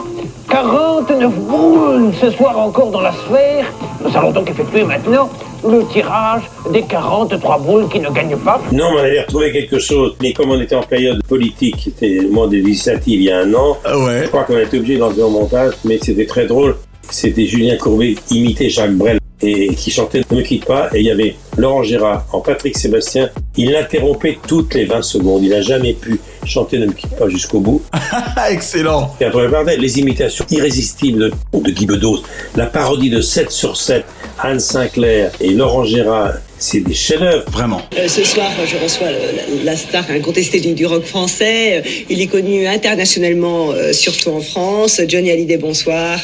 Speaker 8: 49 boules ce soir encore dans la sphère. Nous allons donc effectuer maintenant le tirage des 43 boules qui ne gagnent pas.
Speaker 5: Non, mais on avait retrouvé quelque chose. Mais comme on était en période politique, c'était le moment des législatives il y a un an,
Speaker 4: Ah
Speaker 5: je crois qu'on a été obligé de lancer au montage, mais c'était très drôle. C'était Julien Courbet qui imitait Jacques Brel et qui chantait Ne me quitte pas. Et il y avait Laurent Gérard en Patrick Sébastien. Il l'interrompait toutes les 20 secondes. Il n'a jamais pu chanter Ne me quitte pas jusqu'au bout.
Speaker 4: Ah, Excellent.
Speaker 5: Et après, regardez les imitations irrésistibles de, de Guy Bedos, la parodie de 7 sur 7, Anne Sinclair et Laurent Gérard, c'est des chefs-d'œuvre.
Speaker 4: Vraiment.
Speaker 3: Euh, ce soir, je reçois euh, la, la star incontestée du, du rock français. Euh, Il est connu internationalement, euh, surtout en France. Johnny Hallyday, bonsoir.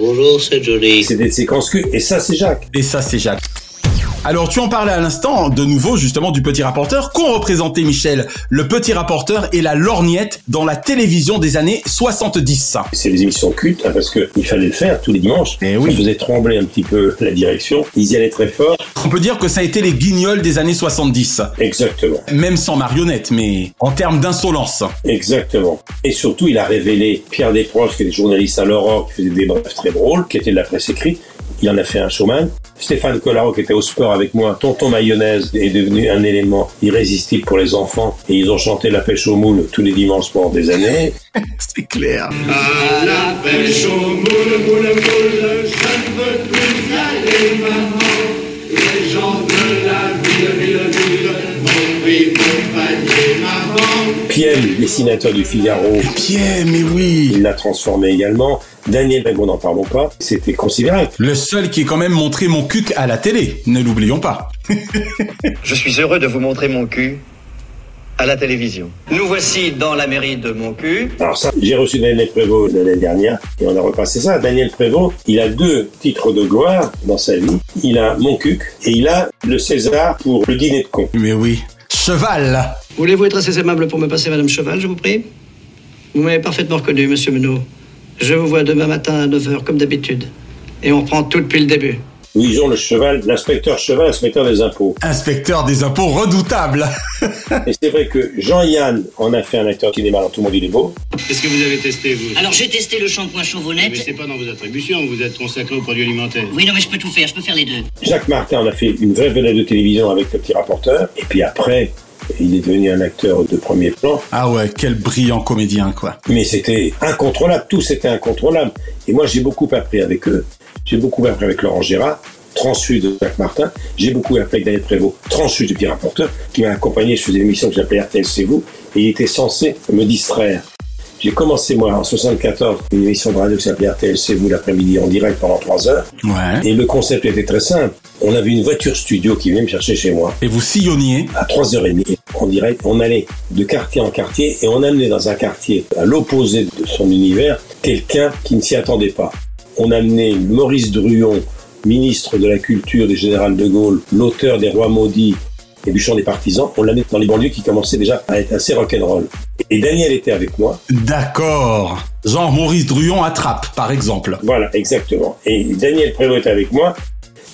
Speaker 4: Bonjour, c'est Johnny.
Speaker 5: C'est des séquences Q. Et ça, c'est Jacques.
Speaker 4: Et ça, c'est Jacques. Alors, tu en parlais à l'instant, de nouveau, justement, du petit rapporteur. Qu'ont représenté, Michel, le petit rapporteur et la lorgnette dans la télévision des années 70
Speaker 5: C'est des émissions cultes, hein, parce qu'il fallait le faire tous les dimanches. Et oui. Ça faisait trembler un petit peu la direction. Ils y allaient très fort.
Speaker 4: On peut dire que ça a été les guignols des années 70.
Speaker 5: Exactement.
Speaker 4: Même sans marionnette, mais en termes d'insolence.
Speaker 5: Exactement. Et surtout, il a révélé Pierre Desproges, qui était journaliste à l'Aurore, qui faisait des brefs très drôles, qui était de la presse écrite. Il en a fait un showman. Stéphane Collaro, qui était au sport avec moi, Tonton Mayonnaise, est devenu un élément irrésistible pour les enfants. Et ils ont chanté la pêche aux moules tous les dimanches pendant des années.
Speaker 4: C'est clair.
Speaker 9: À la pêche aux moules, moules, moules, je ne veux plus y aller, maman. Les gens de la ville, ville, ville, m'ont pris mon panier, maman.
Speaker 5: Piem, dessinateur du Figaro.
Speaker 4: Piem, mais oui
Speaker 5: Il l'a transformé également. Daniel Bagon, n'en parlons pas. C'était considérable.
Speaker 4: Le seul qui ait quand même montré mon cuc à la télé, ne l'oublions pas.
Speaker 26: Je suis heureux de vous montrer mon cul à la télévision. Nous voici dans la mairie de mon cul.
Speaker 5: Alors ça, j'ai reçu Daniel Prévost l'année dernière et on a repassé ça. Daniel Prévost, il a deux titres de gloire dans sa vie. Il a Mon Cuc et il a le César pour le dîner de con.
Speaker 4: Mais oui. Cheval
Speaker 3: Voulez-vous être assez aimable pour me passer Madame Cheval, je vous prie Vous m'avez parfaitement reconnu, monsieur Menot. Je vous vois demain matin à 9h, comme d'habitude. Et on reprend tout depuis le début.
Speaker 5: Où ils ont le cheval, l'inspecteur cheval, l'inspecteur des impôts.
Speaker 4: Inspecteur des impôts redoutable.
Speaker 5: Et c'est vrai que Jean-Yann en a fait un acteur de cinéma, alors tout le monde il est beau.
Speaker 2: Qu'est-ce que vous avez testé, vous
Speaker 3: Alors j'ai testé le shampoing
Speaker 2: Mais
Speaker 3: chauvonnette.
Speaker 2: c'est pas dans vos attributions, vous êtes consacré aux produits alimentaires.
Speaker 3: Oui, non, mais je peux tout faire, je peux faire les deux.
Speaker 5: Jacques Martin en a fait une vraie vedette de télévision avec le petit rapporteur. Et puis après, il est devenu un acteur de premier plan.
Speaker 4: Ah ouais, quel brillant comédien, quoi.
Speaker 5: Mais c'était incontrôlable, tout c'était incontrôlable. Et moi, j'ai beaucoup appris avec eux. J'ai beaucoup appris avec Laurent Gérard, transfus de Jacques Martin. J'ai beaucoup appris avec Daniel Prévost, transfus du Pierre Rapporteur, qui m'a accompagné. Je faisais une émission que j'appelais RTL, c'est vous. Et il était censé me distraire. J'ai commencé, moi, en 74, une émission de radio qui s'appelait RTLC, vous l'après-midi, en direct pendant trois heures.
Speaker 4: Ouais.
Speaker 5: Et le concept était très simple. On avait une voiture studio qui venait me chercher chez moi.
Speaker 4: Et vous sillonniez
Speaker 5: À 3h30, en direct, on allait de quartier en quartier et on amenait dans un quartier, à l'opposé de son univers, quelqu'un qui ne s'y attendait pas. On amenait Maurice Druon, ministre de la Culture du Général de Gaulle, l'auteur des Rois Maudits et du Chant des Partisans. On l'amenait dans les banlieues qui commençaient déjà à être assez rock'n'roll. Et Daniel était avec moi.
Speaker 4: D'accord. Genre Maurice Druon attrape, par exemple.
Speaker 5: Voilà, exactement. Et Daniel Prévost était avec moi.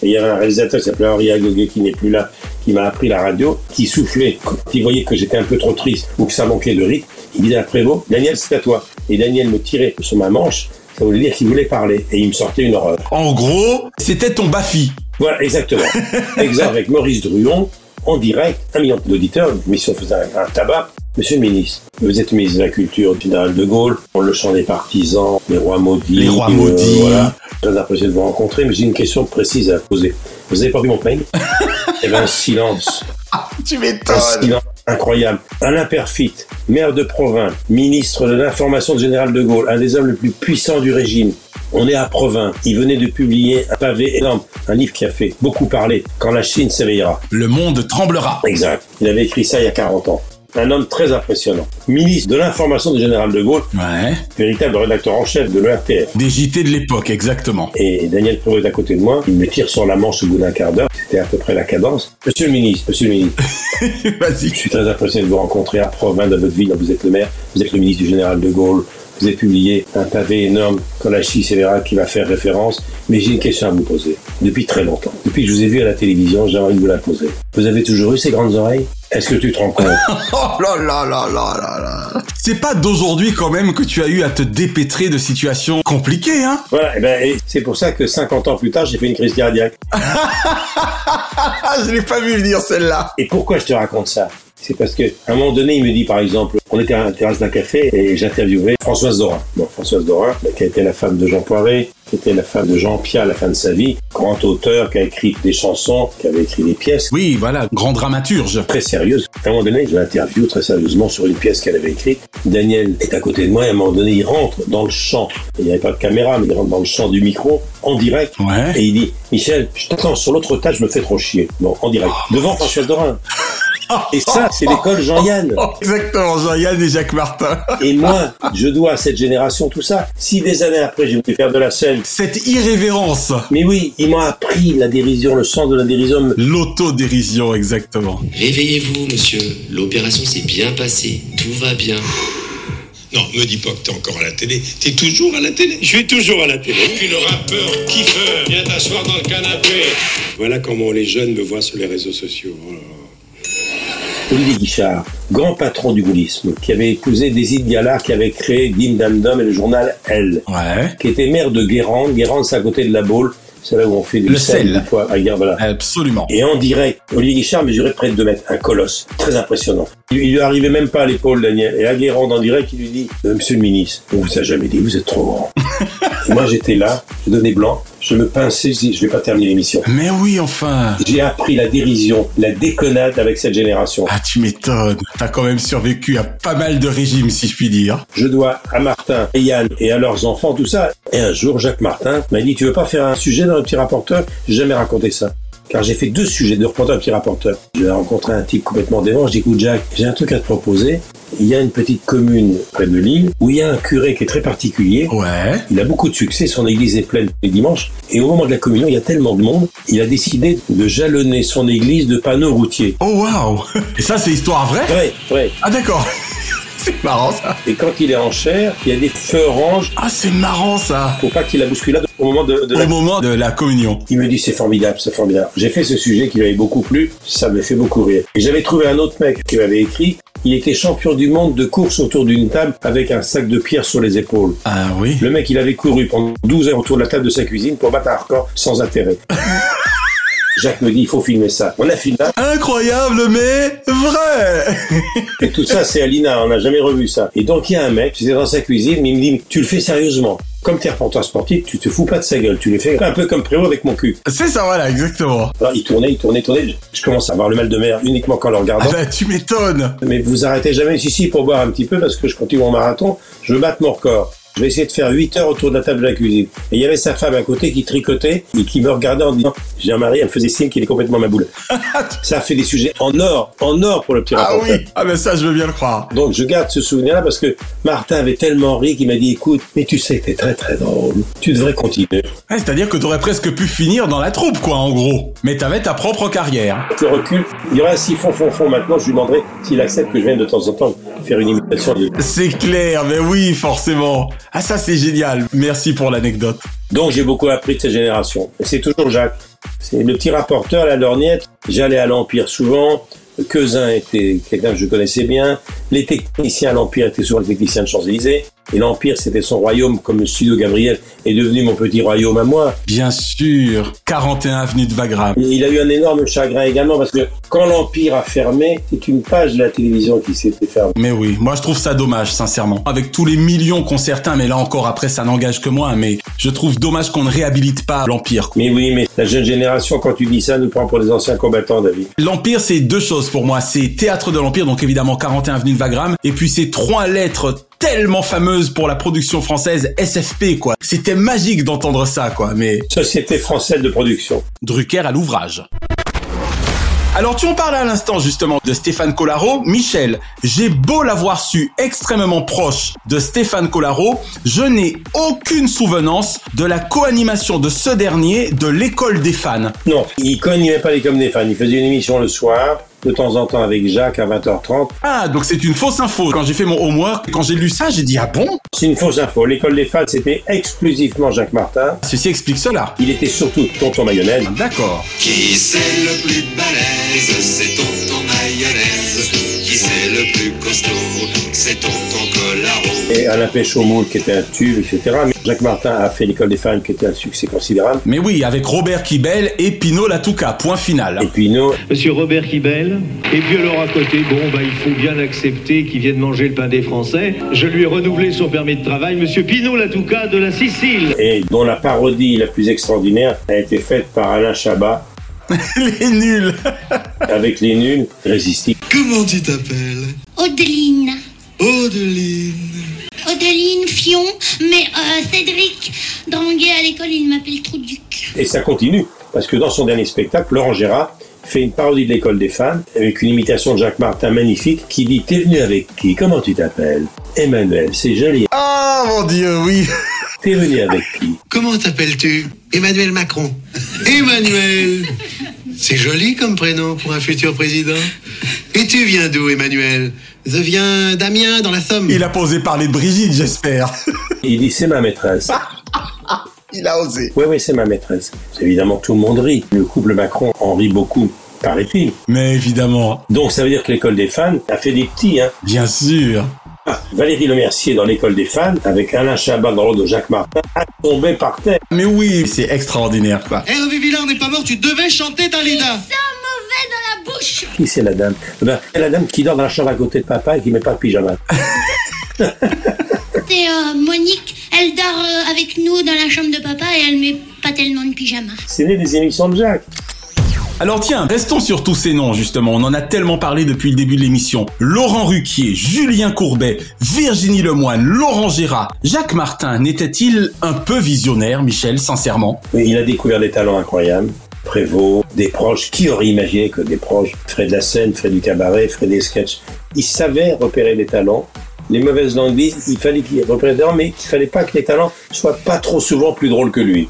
Speaker 5: Et il y avait un réalisateur qui s'appelait Henri Agoguet, qui n'est plus là, qui m'a appris la radio, qui soufflait. Quand il voyait que j'étais un peu trop triste ou que ça manquait de rythme, il disait à Prévost, Daniel, c'est à toi. Et Daniel me tirait sur ma manche. Ça voulait dire qu'il voulait parler. Et il me sortait une horreur.
Speaker 4: En gros, c'était ton Bafi. <laughs>
Speaker 5: Voilà, exactement. exact, avec Maurice Druon, en direct, un million d'auditeurs, mission faisait un, un tabac. Monsieur le ministre, vous êtes ministre de la Culture du général de Gaulle, on le chant des partisans, les rois maudits.
Speaker 4: Les rois
Speaker 5: euh,
Speaker 4: maudits.
Speaker 5: voilà. Très impressionné de vous rencontrer, mais j'ai une question précise à poser. Vous avez pas vu mon
Speaker 4: <laughs>
Speaker 5: mail Eh bien, silence.
Speaker 4: Tu
Speaker 5: Un silence Ah, incroyable. Alain Perfit, maire de Provins, ministre de l'information du général de Gaulle, un des hommes les plus puissants du régime. On est à Provins. Il venait de publier un pavé énorme, un livre qui a fait beaucoup parler, Quand la Chine s'éveillera.
Speaker 4: Le monde tremblera.
Speaker 5: Exact. Il avait écrit ça il y a 40 ans. Un homme très impressionnant. Ministre de l'information du général de Gaulle.
Speaker 4: Ouais.
Speaker 5: Véritable rédacteur en chef de l'ERTF.
Speaker 4: Des JT de l'époque, exactement.
Speaker 5: Et Daniel Prévost est à côté de moi. Il me tire sur la manche au bout d'un quart d'heure. C'était à peu près la cadence. Monsieur le ministre, monsieur le ministre.
Speaker 4: <laughs> Vas-y.
Speaker 5: Je suis très impressionné de vous rencontrer à Provins, dans votre ville. Vous êtes le maire. Vous êtes le ministre du général de Gaulle. Vous avez publié un pavé énorme, Quand la Chine s'éveillera, qui va faire référence. Mais j'ai une question à vous poser. Depuis très longtemps. Depuis que je vous ai vu à la télévision, j'ai envie de vous la poser. Vous avez toujours eu ces grandes oreilles? Est-ce que tu te rends compte?
Speaker 4: Oh là là là là là là. C'est pas d'aujourd'hui quand même que tu as eu à te dépêtrer de situations compliquées, hein
Speaker 5: Voilà, et ben, et c'est pour ça que 50 ans plus tard, j'ai fait une crise cardiaque.
Speaker 4: Ah, Je l'ai pas vu venir celle-là.
Speaker 5: Et pourquoi je te raconte ça C'est parce que à un moment donné, il me dit, par exemple, on était à la terrasse d'un café et j'interviewais Françoise Dorin. Bon, Françoise Dorin, qui a été la femme de Jean Poiret, qui était la femme de Jean Pia à la fin de sa vie, grand auteur qui a écrit des chansons, qui avait écrit des pièces.
Speaker 4: Oui, voilà, grand dramaturge.
Speaker 5: Très sérieuse. À un moment donné, je l'interview très sérieusement sur une pièce qu'elle avait écrite. Daniel est à côté de moi et à un moment donné, il rentre dans le champ. Il n'y avait pas de caméra, mais il rentre dans le champ du micro en direct.
Speaker 4: Ouais.
Speaker 5: Et il dit, Michel, je t'attends sur l'autre tas, je me fais trop chier. Bon, en direct. Devant Françoise Dorin. Et ça, c'est l'école Jean-Yann.
Speaker 4: Oh, Exactement, Jean-Yann et Jacques Martin.
Speaker 5: Et moi, je dois à cette génération tout ça. Si des années après, j'ai voulu faire de la scène,
Speaker 4: Cette irrévérence,
Speaker 5: mais oui, ils m'ont appris la dérision, le sens de la dérision.
Speaker 4: l'autodérision, exactement.
Speaker 17: Réveillez-vous, monsieur. L'opération s'est bien passée. Tout va bien.
Speaker 7: Non, me dis pas que t'es encore à la télé. T'es toujours à la télé.
Speaker 17: Je suis toujours à la télé.
Speaker 7: Et puis le rappeur kiffeur, viens t'asseoir dans le canapé. Voilà comment les jeunes me voient sur les réseaux sociaux. Oh là là.
Speaker 5: Olivier Guichard, grand patron du gaullisme, qui avait épousé Désir Gallard, qui avait créé Dim Dam Dum et le journal Elle,
Speaker 4: Ouais.
Speaker 5: qui était maire de Guérande. Guérande, c'est à côté de la Baule. C'est là où on fait du
Speaker 4: Le
Speaker 5: sel,
Speaker 4: sel.
Speaker 5: des fois, à Guerre, voilà.
Speaker 4: Absolument.
Speaker 5: Et en direct, Olivier Guichard mesurait près de 2 mètres, un colosse, très impressionnant. Il, il lui arrivait même pas à l'épaule, Daniel. Et Aguérand, en direct, il lui dit Euh, Monsieur le ministre, on vous a jamais dit, vous êtes trop grand. Et Moi, j'étais là, je donnais blanc, je me pinçais, je dis, je vais pas terminer l'émission.
Speaker 4: Mais oui, enfin.
Speaker 5: J'ai appris la dérision, la déconnade avec cette génération.
Speaker 4: Ah, tu m'étonnes. T'as quand même survécu à pas mal de régimes, si je puis dire.
Speaker 5: Je dois à Martin, et Yann et à leurs enfants tout ça. Et un jour, Jacques Martin m'a dit, tu veux pas faire un sujet dans le petit rapporteur J'ai jamais raconté ça. Car j'ai fait deux sujets de reporter un petit rapporteur. J'ai rencontré un type complètement dément. J'ai dit, écoute Jacques, j'ai un truc à te proposer. Il y a une petite commune près de Lille où il y a un curé qui est très particulier.
Speaker 4: Ouais.
Speaker 5: Il a beaucoup de succès, son église est pleine les dimanches. Et au moment de la communion, il y a tellement de monde, il a décidé de jalonner son église de panneaux routiers.
Speaker 4: Oh, waouh. Et ça, c'est histoire vraie
Speaker 5: Vrai, vrai.
Speaker 4: Ah, d'accord. <laughs> c'est marrant, ça.
Speaker 5: Et quand il est en chair, il y a des feux orange
Speaker 4: Ah, c'est marrant, ça.
Speaker 5: pour pas qu'il la bousculade au moment de, de la
Speaker 4: Au moment de la communion.
Speaker 5: Il me dit c'est formidable, c'est formidable. J'ai fait ce sujet qui m'avait beaucoup plu, ça m'avait fait beaucoup rire. Et j'avais trouvé un autre mec qui m'avait écrit. Il était champion du monde de course autour d'une table avec un sac de pierre sur les épaules.
Speaker 4: Ah oui.
Speaker 5: Le mec, il avait couru pendant 12 heures autour de la table de sa cuisine pour battre un record sans intérêt. Jacques me dit, il faut filmer ça. On a filmé ça.
Speaker 4: Incroyable, mais vrai.
Speaker 5: Et tout ça, c'est Alina, on n'a jamais revu ça. Et donc, il y a un mec, j'étais dans sa cuisine, mais il me dit, tu le fais sérieusement Comme t'es reporter sportif, tu te fous pas de sa gueule, tu le fais un peu comme Prévost avec mon cul.
Speaker 4: C'est ça, voilà, exactement.
Speaker 5: Alors, il tournait, il tournait, il tournait. Je commence à avoir le mal de mer uniquement quand le regardant.
Speaker 4: Ah bah, tu m'étonnes
Speaker 5: Mais vous arrêtez jamais, si, si, pour boire un petit peu, parce que je continue mon marathon, je veux battre mon record. Je vais essayer de faire 8 heures autour de la table de la cuisine. Et il y avait sa femme à côté qui tricotait et qui me regardait en disant J'ai un mari, elle me faisait signe qu'il est complètement ma boule.
Speaker 4: <laughs>
Speaker 5: ça a fait des sujets en or, en or pour le petit
Speaker 4: Ah
Speaker 5: rapporteur.
Speaker 4: oui Ah ben ça, je veux bien le croire.
Speaker 5: Donc je garde ce souvenir-là parce que Martin avait tellement ri qu'il m'a dit Écoute, mais tu sais que t'es très très drôle, tu devrais continuer.
Speaker 4: Ouais, C'est-à-dire que t'aurais presque pu finir dans la troupe, quoi, en gros. Mais t'avais ta propre carrière.
Speaker 5: Je recule. Il y aura un siphon fond fond maintenant. Je lui demanderai s'il accepte que je vienne de temps en temps faire une imitation de.
Speaker 4: C'est clair, mais oui, forcément. Ah ça, c'est génial. Merci pour l'anecdote.
Speaker 5: Donc j'ai beaucoup appris de cette génération. Et c'est toujours Jacques. C'est le petit rapporteur, la lorgnette. J'allais à l'Empire souvent. Quezin était quelqu'un que je connaissais bien. Les techniciens à l'Empire étaient souvent les techniciens de Champs-Élysées. Et l'Empire, c'était son royaume, comme le studio Gabriel est devenu mon petit royaume à moi.
Speaker 4: Bien sûr, 41 avenue de Wagram.
Speaker 5: Et il a eu un énorme chagrin également parce que quand l'Empire a fermé, c'est une page de la télévision qui s'était fermée.
Speaker 4: Mais oui, moi je trouve ça dommage, sincèrement. Avec tous les millions qu'ont certains, mais là encore après ça n'engage que moi, mais je trouve dommage qu'on ne réhabilite pas l'Empire.
Speaker 5: Mais oui, mais la jeune génération, quand tu dis ça, nous prend pour des anciens combattants, David.
Speaker 4: L'Empire, c'est deux choses pour moi. C'est Théâtre de l'Empire, donc évidemment 41 Avenue de Wagram, et puis c'est trois lettres tellement fameuses pour la production française, SFP, quoi. C'était magique d'entendre ça, quoi, mais...
Speaker 5: Société française de production.
Speaker 4: Drucker à l'ouvrage. Alors tu en parlais à l'instant justement de Stéphane Collaro. Michel, j'ai beau l'avoir su extrêmement proche de Stéphane Collaro, je n'ai aucune souvenance de la co-animation de ce dernier de l'école des fans.
Speaker 5: Non, il cognait pas les comme des fans. Il faisait une émission le soir, de temps en temps avec Jacques à 20h30.
Speaker 4: Ah, donc c'est une fausse info. Quand j'ai fait mon homework, quand j'ai lu ça, j'ai dit ah bon
Speaker 5: C'est une fausse info. L'école des fans, c'était exclusivement Jacques Martin.
Speaker 4: Ceci explique cela.
Speaker 5: Il était surtout tonton mayonnaise.
Speaker 4: D'accord.
Speaker 9: Qui c'est le plus balèze C'est tonton mayonnaise. Qui c'est le plus costaud C'est tonton Collaro.
Speaker 5: Et Alain Pêche-au-Moule qui était un tube, etc. Mais Jacques Martin a fait l'école des fans qui était un succès considérable.
Speaker 4: Mais oui, avec Robert Kibel et Pino Latouka, point final. <laughs>
Speaker 5: Et puis nous,
Speaker 13: Monsieur Robert Kibel. Et puis alors à côté, bon, bah, il faut bien accepter qu'il vienne manger le pain des Français. Je lui ai renouvelé son permis de travail, Monsieur Pinot Latouka de la Sicile.
Speaker 5: et dont la parodie la plus extraordinaire a été faite par Alain Chabat
Speaker 4: les nuls.
Speaker 5: avec les nuls résistifs.
Speaker 9: Comment tu t'appelles
Speaker 11: Odeline.
Speaker 9: Odeline.
Speaker 11: Odeline Fion, mais euh, Cédric Dranguet à l'école, il m'appelle Trouduc.
Speaker 5: Et ça continue, parce que dans son dernier spectacle, Laurent Gérard fait une parodie de l'école des fans avec une imitation de Jacques Martin magnifique qui dit T'es venu avec qui Comment tu t'appelles Emmanuel, c'est joli.
Speaker 4: Ah mon dieu, oui.
Speaker 5: T'es venu avec qui
Speaker 6: Comment t'appelles-tu Emmanuel Macron. Emmanuel C'est joli comme prénom pour un futur président. Et tu viens d'où, Emmanuel Je viens d'Amiens, dans la Somme.
Speaker 4: Il a posé parler de Brigitte, j'espère.
Speaker 5: Il dit C'est ma maîtresse.
Speaker 4: <laughs> Il a osé.
Speaker 5: Oui, oui, c'est ma maîtresse. Évidemment, tout le monde rit. Le couple Macron en rit beaucoup, paraît-il.
Speaker 4: Mais évidemment,
Speaker 5: Donc ça veut dire que l'école des fans a fait des petits, hein.
Speaker 4: bien sûr.
Speaker 5: Ah, Valérie Lemercier dans l'école des fans, avec Alain Chabat dans le rôle de Jacques Martin, a tombé par terre.
Speaker 4: Mais oui, c'est extraordinaire, quoi.
Speaker 10: Hervé Villard n'est pas mort, tu devais chanter Dalida.
Speaker 11: Ça mauvais dans la bouche.
Speaker 5: Qui c'est la dame Eh ben, C'est la dame qui dort dans la chambre à côté de papa et qui met pas de pyjama.
Speaker 11: C'est euh, Monique, elle dort euh, avec nous dans la chambre de papa et elle met pas tellement de pyjama.
Speaker 5: C'est né des émissions de Jacques.
Speaker 4: Alors tiens, restons sur tous ces noms justement, on en a tellement parlé depuis le début de l'émission. Laurent Ruquier, Julien Courbet, Virginie Lemoine, Laurent Gérard, Jacques Martin, n'était-il un peu visionnaire, Michel, sincèrement
Speaker 5: Mais il a découvert des talents incroyables. Prévost, des proches, qui aurait imaginé que des proches ferait de la scène, ferait du cabaret, ferait des sketchs. Il savait repérer les talents. Les mauvaises langues disent il fallait qu'il repère des talents, mais qu'il fallait pas que les talents soient pas trop souvent plus drôles que lui.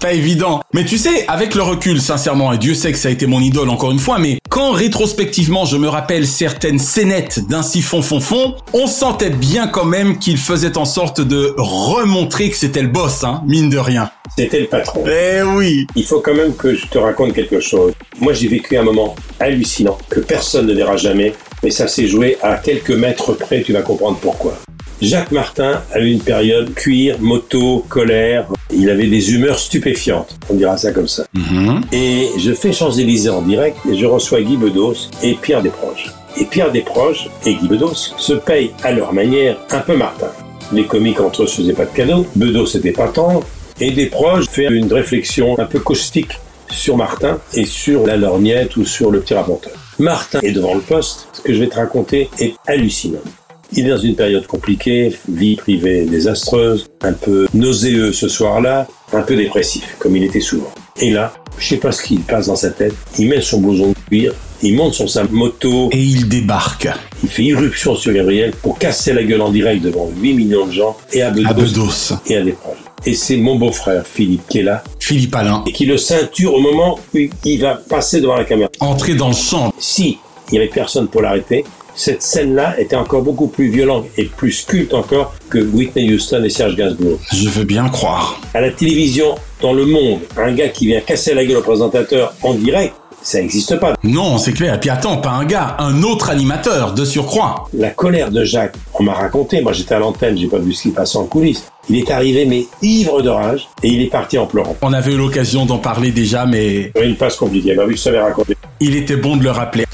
Speaker 4: Pas évident. Mais tu sais, avec le recul, sincèrement, et Dieu sait que ça a été mon idole encore une fois, mais quand rétrospectivement je me rappelle certaines scénettes d'un siphon fond fond, on sentait bien quand même qu'il faisait en sorte de remontrer que c'était le boss, hein, mine de rien.
Speaker 5: C'était le patron.
Speaker 4: Eh oui
Speaker 5: Il faut quand même que je te raconte quelque chose. Moi, j'ai vécu un moment hallucinant que personne ne verra jamais, mais ça s'est joué à quelques mètres près, tu vas comprendre pourquoi. Jacques Martin a eu une période cuir, moto, colère. Il avait des humeurs stupéfiantes, on dira ça comme ça.
Speaker 4: Mhm.
Speaker 5: Et je fais Champs-Élysées en direct et je reçois Guy Bedos et Pierre Desproges. Et Pierre Desproges et Guy Bedos se payent à leur manière un peu Martin. Les comiques entre eux se faisaient pas de cadeaux. Bedos c'était pas tendre. Et des proches faire une réflexion un peu caustique sur Martin et sur la lorgnette ou sur le petit rapporteur. Martin est devant le poste. Ce que je vais te raconter est hallucinant. Il est dans une période compliquée, vie privée désastreuse, un peu nauséeux ce soir-là, un peu dépressif, comme il était souvent. Et là, je sais pas ce qui passe dans sa tête, il met son blouson de cuir, il monte sur sa moto.
Speaker 4: Et il débarque.
Speaker 5: Il fait irruption sur Gabriel pour casser la gueule en direct devant 8 millions de gens et à Bedos,
Speaker 4: À Bedos.
Speaker 5: et à des proches. Et c'est mon beau-frère Philippe qui est là.
Speaker 4: Philippe Alain.
Speaker 5: Et qui le ceinture au moment où il va passer devant la caméra.
Speaker 4: Entrer dans le champ.
Speaker 5: Si il n'y avait personne pour l'arrêter, cette scène-là était encore beaucoup plus violente et plus culte encore que Whitney Houston et Serge Gainsbourg.
Speaker 4: Je veux bien croire.
Speaker 5: À la télévision, dans le monde, un gars qui vient casser la gueule au présentateur en direct, ça n'existe pas.
Speaker 4: Non, c'est clair. Et puis attends, pas un gars, un autre animateur, de surcroît.
Speaker 5: La colère de Jacques, on m'a raconté, moi j'étais à l'antenne, j'ai pas vu ce qui passait en coulisses. Il est arrivé mais ivre de rage et il est parti en pleurant.
Speaker 4: On avait eu l'occasion d'en parler déjà, mais
Speaker 5: Une passe compliquée, bah oui, je savais raconter.
Speaker 4: il était bon de le rappeler.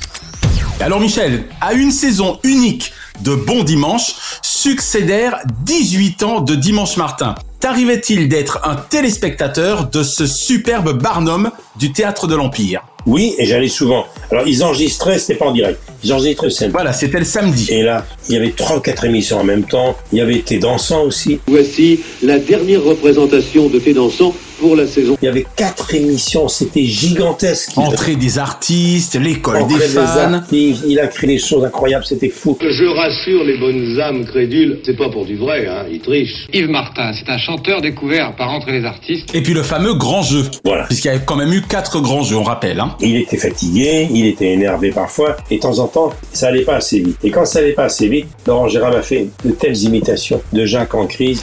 Speaker 4: Alors Michel, à une saison unique de Bon Dimanche, succédèrent 18 ans de Dimanche Martin. T'arrivait-il d'être un téléspectateur de ce superbe barnum du Théâtre de l'Empire
Speaker 5: Oui, et j'allais souvent. Alors ils enregistraient, c'était pas en direct. Ils enregistraient le samedi.
Speaker 4: Voilà, c'était le samedi.
Speaker 5: Et là, il y avait trois ou quatre émissions en même temps. Il y avait Tes dansants aussi.
Speaker 19: Voici la dernière représentation de Tes dansants pour la saison.
Speaker 5: Il y avait quatre émissions, c'était gigantesque.
Speaker 4: Entrée des artistes, l'école
Speaker 5: Entrée
Speaker 4: des
Speaker 5: des
Speaker 4: fans.
Speaker 5: artistes, il a créé des choses incroyables, c'était fou.
Speaker 19: Je rassure les bonnes âmes crédules, c'est pas pour du vrai, hein, ils trichent. Yves Martin, c'est un chanteur découvert par Entre les artistes.
Speaker 4: Et puis le fameux grand jeu.
Speaker 5: Voilà.
Speaker 4: Puisqu'il y avait quand même eu quatre grands jeux, on rappelle. Hein.
Speaker 5: Il était fatigué, il était énervé parfois, et de temps en temps, ça allait pas assez vite. Et quand ça allait pas assez vite, Laurent Gérard m'a fait de telles imitations de Jacques en crise.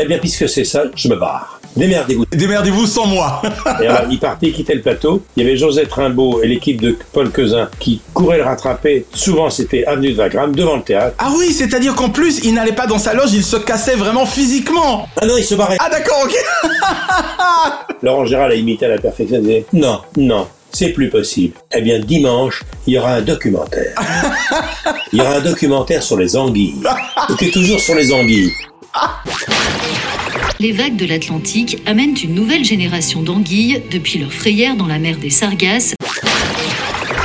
Speaker 5: eh bien, puisque c'est ça, je me barre. Démerdez-vous.
Speaker 4: Démerdez-vous sans moi. <laughs>
Speaker 5: Et alors, il partait, il quittait le plateau. Il y avait Josette Rimbaud et l'équipe de Paul Cousin qui couraient le rattraper. Souvent, c'était avenue de Wagram, devant le théâtre.
Speaker 4: ah oui, c'est-à-dire qu'en plus, il n'allait pas dans sa loge, il se cassait vraiment physiquement.
Speaker 5: Ah non, il se barrait.
Speaker 4: Ah d'accord, ok.
Speaker 5: Laurent Gérard l'a imité à la perfection. Il disait, non, non, c'est plus possible. Eh bien, dimanche, il y aura un documentaire. il y aura un documentaire sur les anguilles. C'était toujours sur les anguilles.
Speaker 12: Les vagues de l'Atlantique amènent une nouvelle génération d'anguilles depuis leur frayère dans la mer des Sargasses.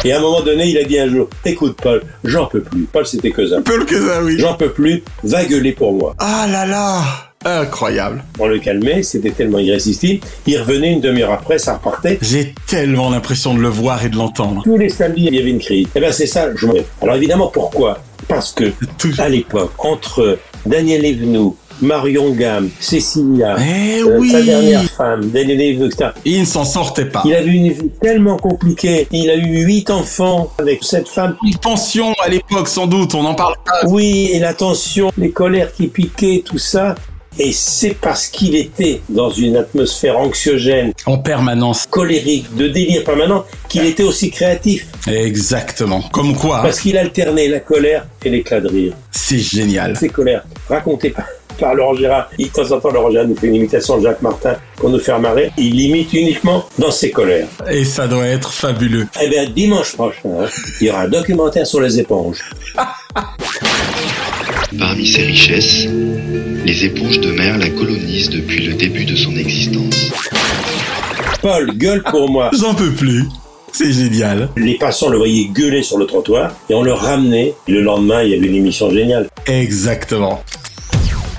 Speaker 5: Et à un moment donné, il a dit un jour, écoute Paul, j'en peux plus. Paul, c'était que ça.
Speaker 4: Peu le que ça, oui.
Speaker 5: J'en peux plus, va gueuler pour moi.
Speaker 4: Ah là là. Incroyable.
Speaker 5: On le calmait, c'était tellement irrésistible. Il revenait une demi-heure après, ça repartait.
Speaker 4: J'ai tellement l'impression de le voir et de l'entendre.
Speaker 5: Tous les samedis, il y avait une crise. Eh bien, c'est ça, je m'en vais. Alors, évidemment, pourquoi Parce que,
Speaker 4: Toujours.
Speaker 5: à l'époque, entre Daniel Evenou, Marion Gamme, Cécilia,
Speaker 4: Eh oui. Ah.
Speaker 5: sa Euh, dernière femme, Daniel Evenou, etc.,
Speaker 4: Il ne s'en sortait pas.
Speaker 5: il avait une vie tellement compliquée. Il a eu huit enfants avec cette femme.
Speaker 4: Une pension à l'époque, sans doute, on en parle pas.
Speaker 5: Oui, et la tension, les colères qui piquaient, tout ça. Et c'est parce qu'il était dans une atmosphère anxiogène,
Speaker 4: En permanence.
Speaker 5: colérique, de délire permanent, qu'il était aussi créatif.
Speaker 4: Exactement. Comme quoi, hein,
Speaker 5: Parce qu'il alternait la colère et l'éclat de rire.
Speaker 4: c'est génial.
Speaker 5: Ces colères racontées par, par Laurent Gérard. Il, de temps en temps, Laurent Gérard nous fait une imitation de Jacques Martin pour nous faire marrer. Il imite uniquement dans ses colères.
Speaker 4: Et ça doit être fabuleux.
Speaker 5: Eh bien, dimanche prochain, hein, il y aura un documentaire sur les éponges.
Speaker 17: Parmi ses richesses, les éponges de mer la colonisent depuis le début de son existence.
Speaker 5: Paul, gueule pour moi.
Speaker 4: J'en peux plus. C'est génial.
Speaker 5: Les passants le voyaient gueuler sur le trottoir et on le ramenait. Le lendemain, il y avait une émission géniale.
Speaker 4: Exactement.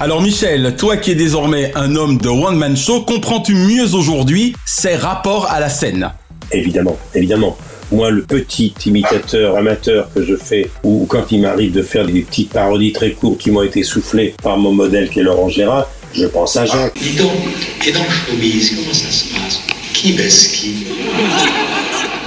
Speaker 4: Alors Michel, toi qui es désormais un homme de One Man Show, comprends-tu mieux aujourd'hui ses rapports à la scène
Speaker 5: Évidemment, évidemment. Moi, le petit imitateur amateur que je fais, ou quand il m'arrive de faire des petites parodies très courtes qui m'ont été soufflées par mon modèle qui est Laurent Gérard, je pense à Jacques.
Speaker 19: Dis donc, et dans le showbiz, comment ça se passe Qui baisse qui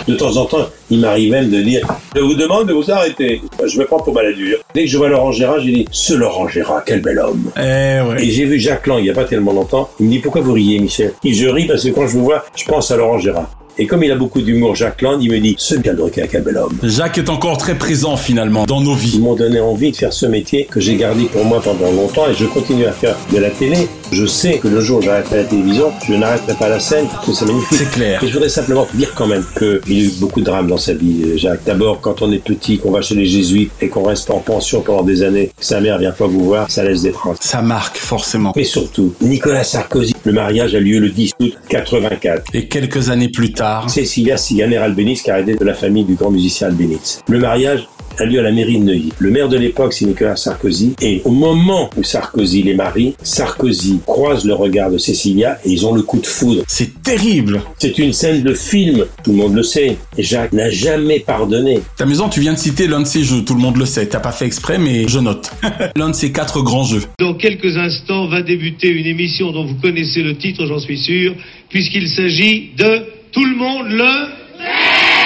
Speaker 5: De temps en temps, il m'arrive même de dire Je vous demande de vous arrêter. Je me prends pour baladure. Dès que je vois Laurent Gérard, j'ai dit Ce Laurent Gérard, quel bel homme.
Speaker 4: Eh ouais.
Speaker 5: Et j'ai vu Jacques Lang il n'y a pas tellement longtemps. Il me dit Pourquoi vous riez, Michel Et je ris parce que quand je vous vois, je pense à Laurent Gérard. Et comme il a beaucoup d'humour, Jacques Land, il me dit Ce Galdoquin, quel bel homme.
Speaker 4: Jacques est encore très présent finalement dans nos vies.
Speaker 5: Ils m'ont donné envie de faire ce métier que j'ai gardé pour moi pendant longtemps et je continue à faire de la télé. Je sais que le jour où j'arrêterai la télévision, je n'arrêterai pas la scène, parce que c'est magnifique.
Speaker 4: C'est clair.
Speaker 5: Et je voudrais simplement dire quand même qu'il y a eu beaucoup de drames dans sa vie, euh, Jacques. D'abord, quand on est petit, qu'on va chez les jésuites et qu'on reste en pension pendant des années, que sa mère vient pas vous voir, ça laisse des traces.
Speaker 4: Ça marque forcément.
Speaker 5: Mais surtout, Nicolas Sarkozy, le mariage a lieu le 10 août 84.
Speaker 4: Et quelques années plus tard,
Speaker 5: Cécilia Siganer Albéniz, qui était de la famille du grand musicien Albéniz. Le mariage a lieu à la mairie de Neuilly. Le maire de l'époque, c'est Nicolas Sarkozy. Et au moment où Sarkozy les marie, Sarkozy croise le regard de Cécilia et ils ont le coup de foudre.
Speaker 4: C'est terrible.
Speaker 5: C'est une scène de film. Tout le monde le sait. Et Jacques n'a jamais pardonné.
Speaker 4: C'est amusant, tu viens de citer l'un de ces jeux, tout le monde le sait, t'as pas fait exprès, mais je note. <laughs> l'un de ces quatre grands jeux.
Speaker 13: Dans quelques instants va débuter une émission dont vous connaissez le titre, j'en suis sûr, puisqu'il s'agit de Tout le monde le...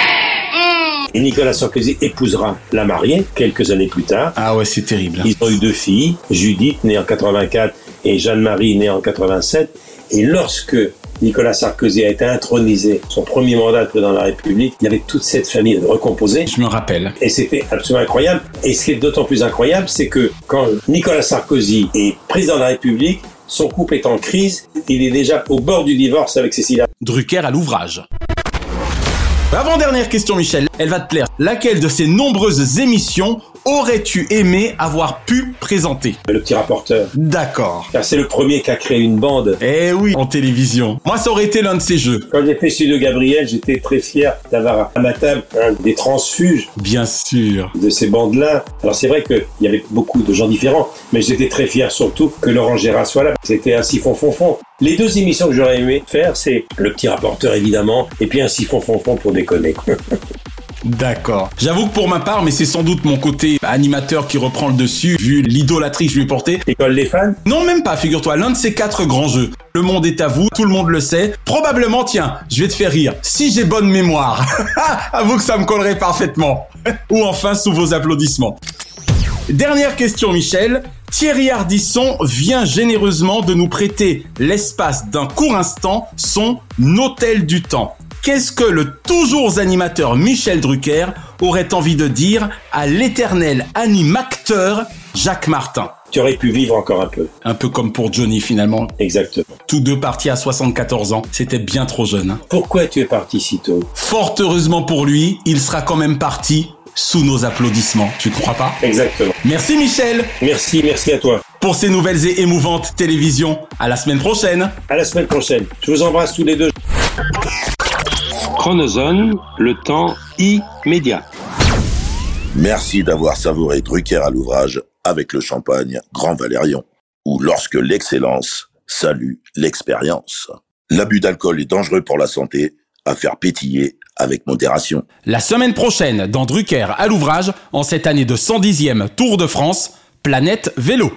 Speaker 5: Et Nicolas Sarkozy épousera la mariée quelques années plus tard.
Speaker 4: Ah ouais, c'est terrible.
Speaker 5: Ils ont eu deux filles, Judith, née en 84, et Jeanne-Marie, née en 87. Et lorsque Nicolas Sarkozy a été intronisé, son premier mandat de président de la République, il y avait toute cette famille recomposée.
Speaker 4: Je me rappelle.
Speaker 5: Et c'était absolument incroyable. Et ce qui est d'autant plus incroyable, c'est que quand Nicolas Sarkozy est président de la République, son couple est en crise. Il est déjà au bord du divorce avec Cécilia.
Speaker 4: Drucker à l'ouvrage. Avant-dernière question, Michel, elle va te plaire. Laquelle de ces nombreuses émissions aurais-tu aimé avoir pu présenter
Speaker 5: Le petit rapporteur.
Speaker 4: D'accord.
Speaker 5: Car c'est le premier qui a créé une bande.
Speaker 4: Eh oui, en télévision. Moi, ça aurait été l'un de ces jeux.
Speaker 5: Quand j'ai fait Studio Gabriel, j'étais très fier d'avoir à ma table un des transfuges
Speaker 4: Bien sûr.
Speaker 5: de ces bandes-là. Alors c'est vrai qu'il y avait beaucoup de gens différents, mais j'étais très fier surtout que Laurent Gérard soit là. C'était un siphon fond fond. Les deux émissions que j'aurais aimé faire, c'est le petit rapporteur évidemment, et puis un siphon fond fond pour déconner.
Speaker 4: D'accord. J'avoue que pour ma part, mais c'est sans doute mon côté animateur qui reprend le dessus, vu l'idolâtrie que je lui ai portée.
Speaker 5: École des fans
Speaker 4: Non, même pas, figure-toi, l'un de ces quatre grands jeux. Le monde est à vous, tout le monde le sait. Probablement, tiens, je vais te faire rire, si j'ai bonne mémoire. <laughs> Avoue que ça me collerait parfaitement. <laughs> Ou enfin, sous vos applaudissements. Dernière question, Michel. Thierry Hardisson vient généreusement de nous prêter l'espace d'un court instant son hôtel du temps. Qu'est-ce que le toujours animateur Michel Drucker aurait envie de dire à l'éternel animacteur Jacques Martin
Speaker 5: Tu aurais pu vivre encore un peu.
Speaker 4: Un peu comme pour Johnny finalement.
Speaker 5: Exactement.
Speaker 4: Tous deux partis à 74 ans, c'était bien trop jeune. hein.
Speaker 5: Pourquoi tu es parti si tôt
Speaker 4: Fort heureusement pour lui, il sera quand même parti sous nos applaudissements, tu ne crois pas
Speaker 5: Exactement.
Speaker 4: Merci Michel
Speaker 5: Merci, merci à toi.
Speaker 4: pour ces nouvelles et émouvantes télévisions. À la semaine prochaine
Speaker 5: À la semaine prochaine. Je vous embrasse tous les deux.
Speaker 14: Chronozone, le temps immédiat.
Speaker 15: Merci d'avoir savouré Drucker à l'ouvrage avec le champagne Grand Valérion, ou lorsque l'excellence salue l'expérience. L'abus d'alcool est dangereux pour la santé, à faire pétiller avec modération.
Speaker 4: La semaine prochaine, dans Drucker à l'ouvrage, en cette année de 110e Tour de France, Planète Vélo.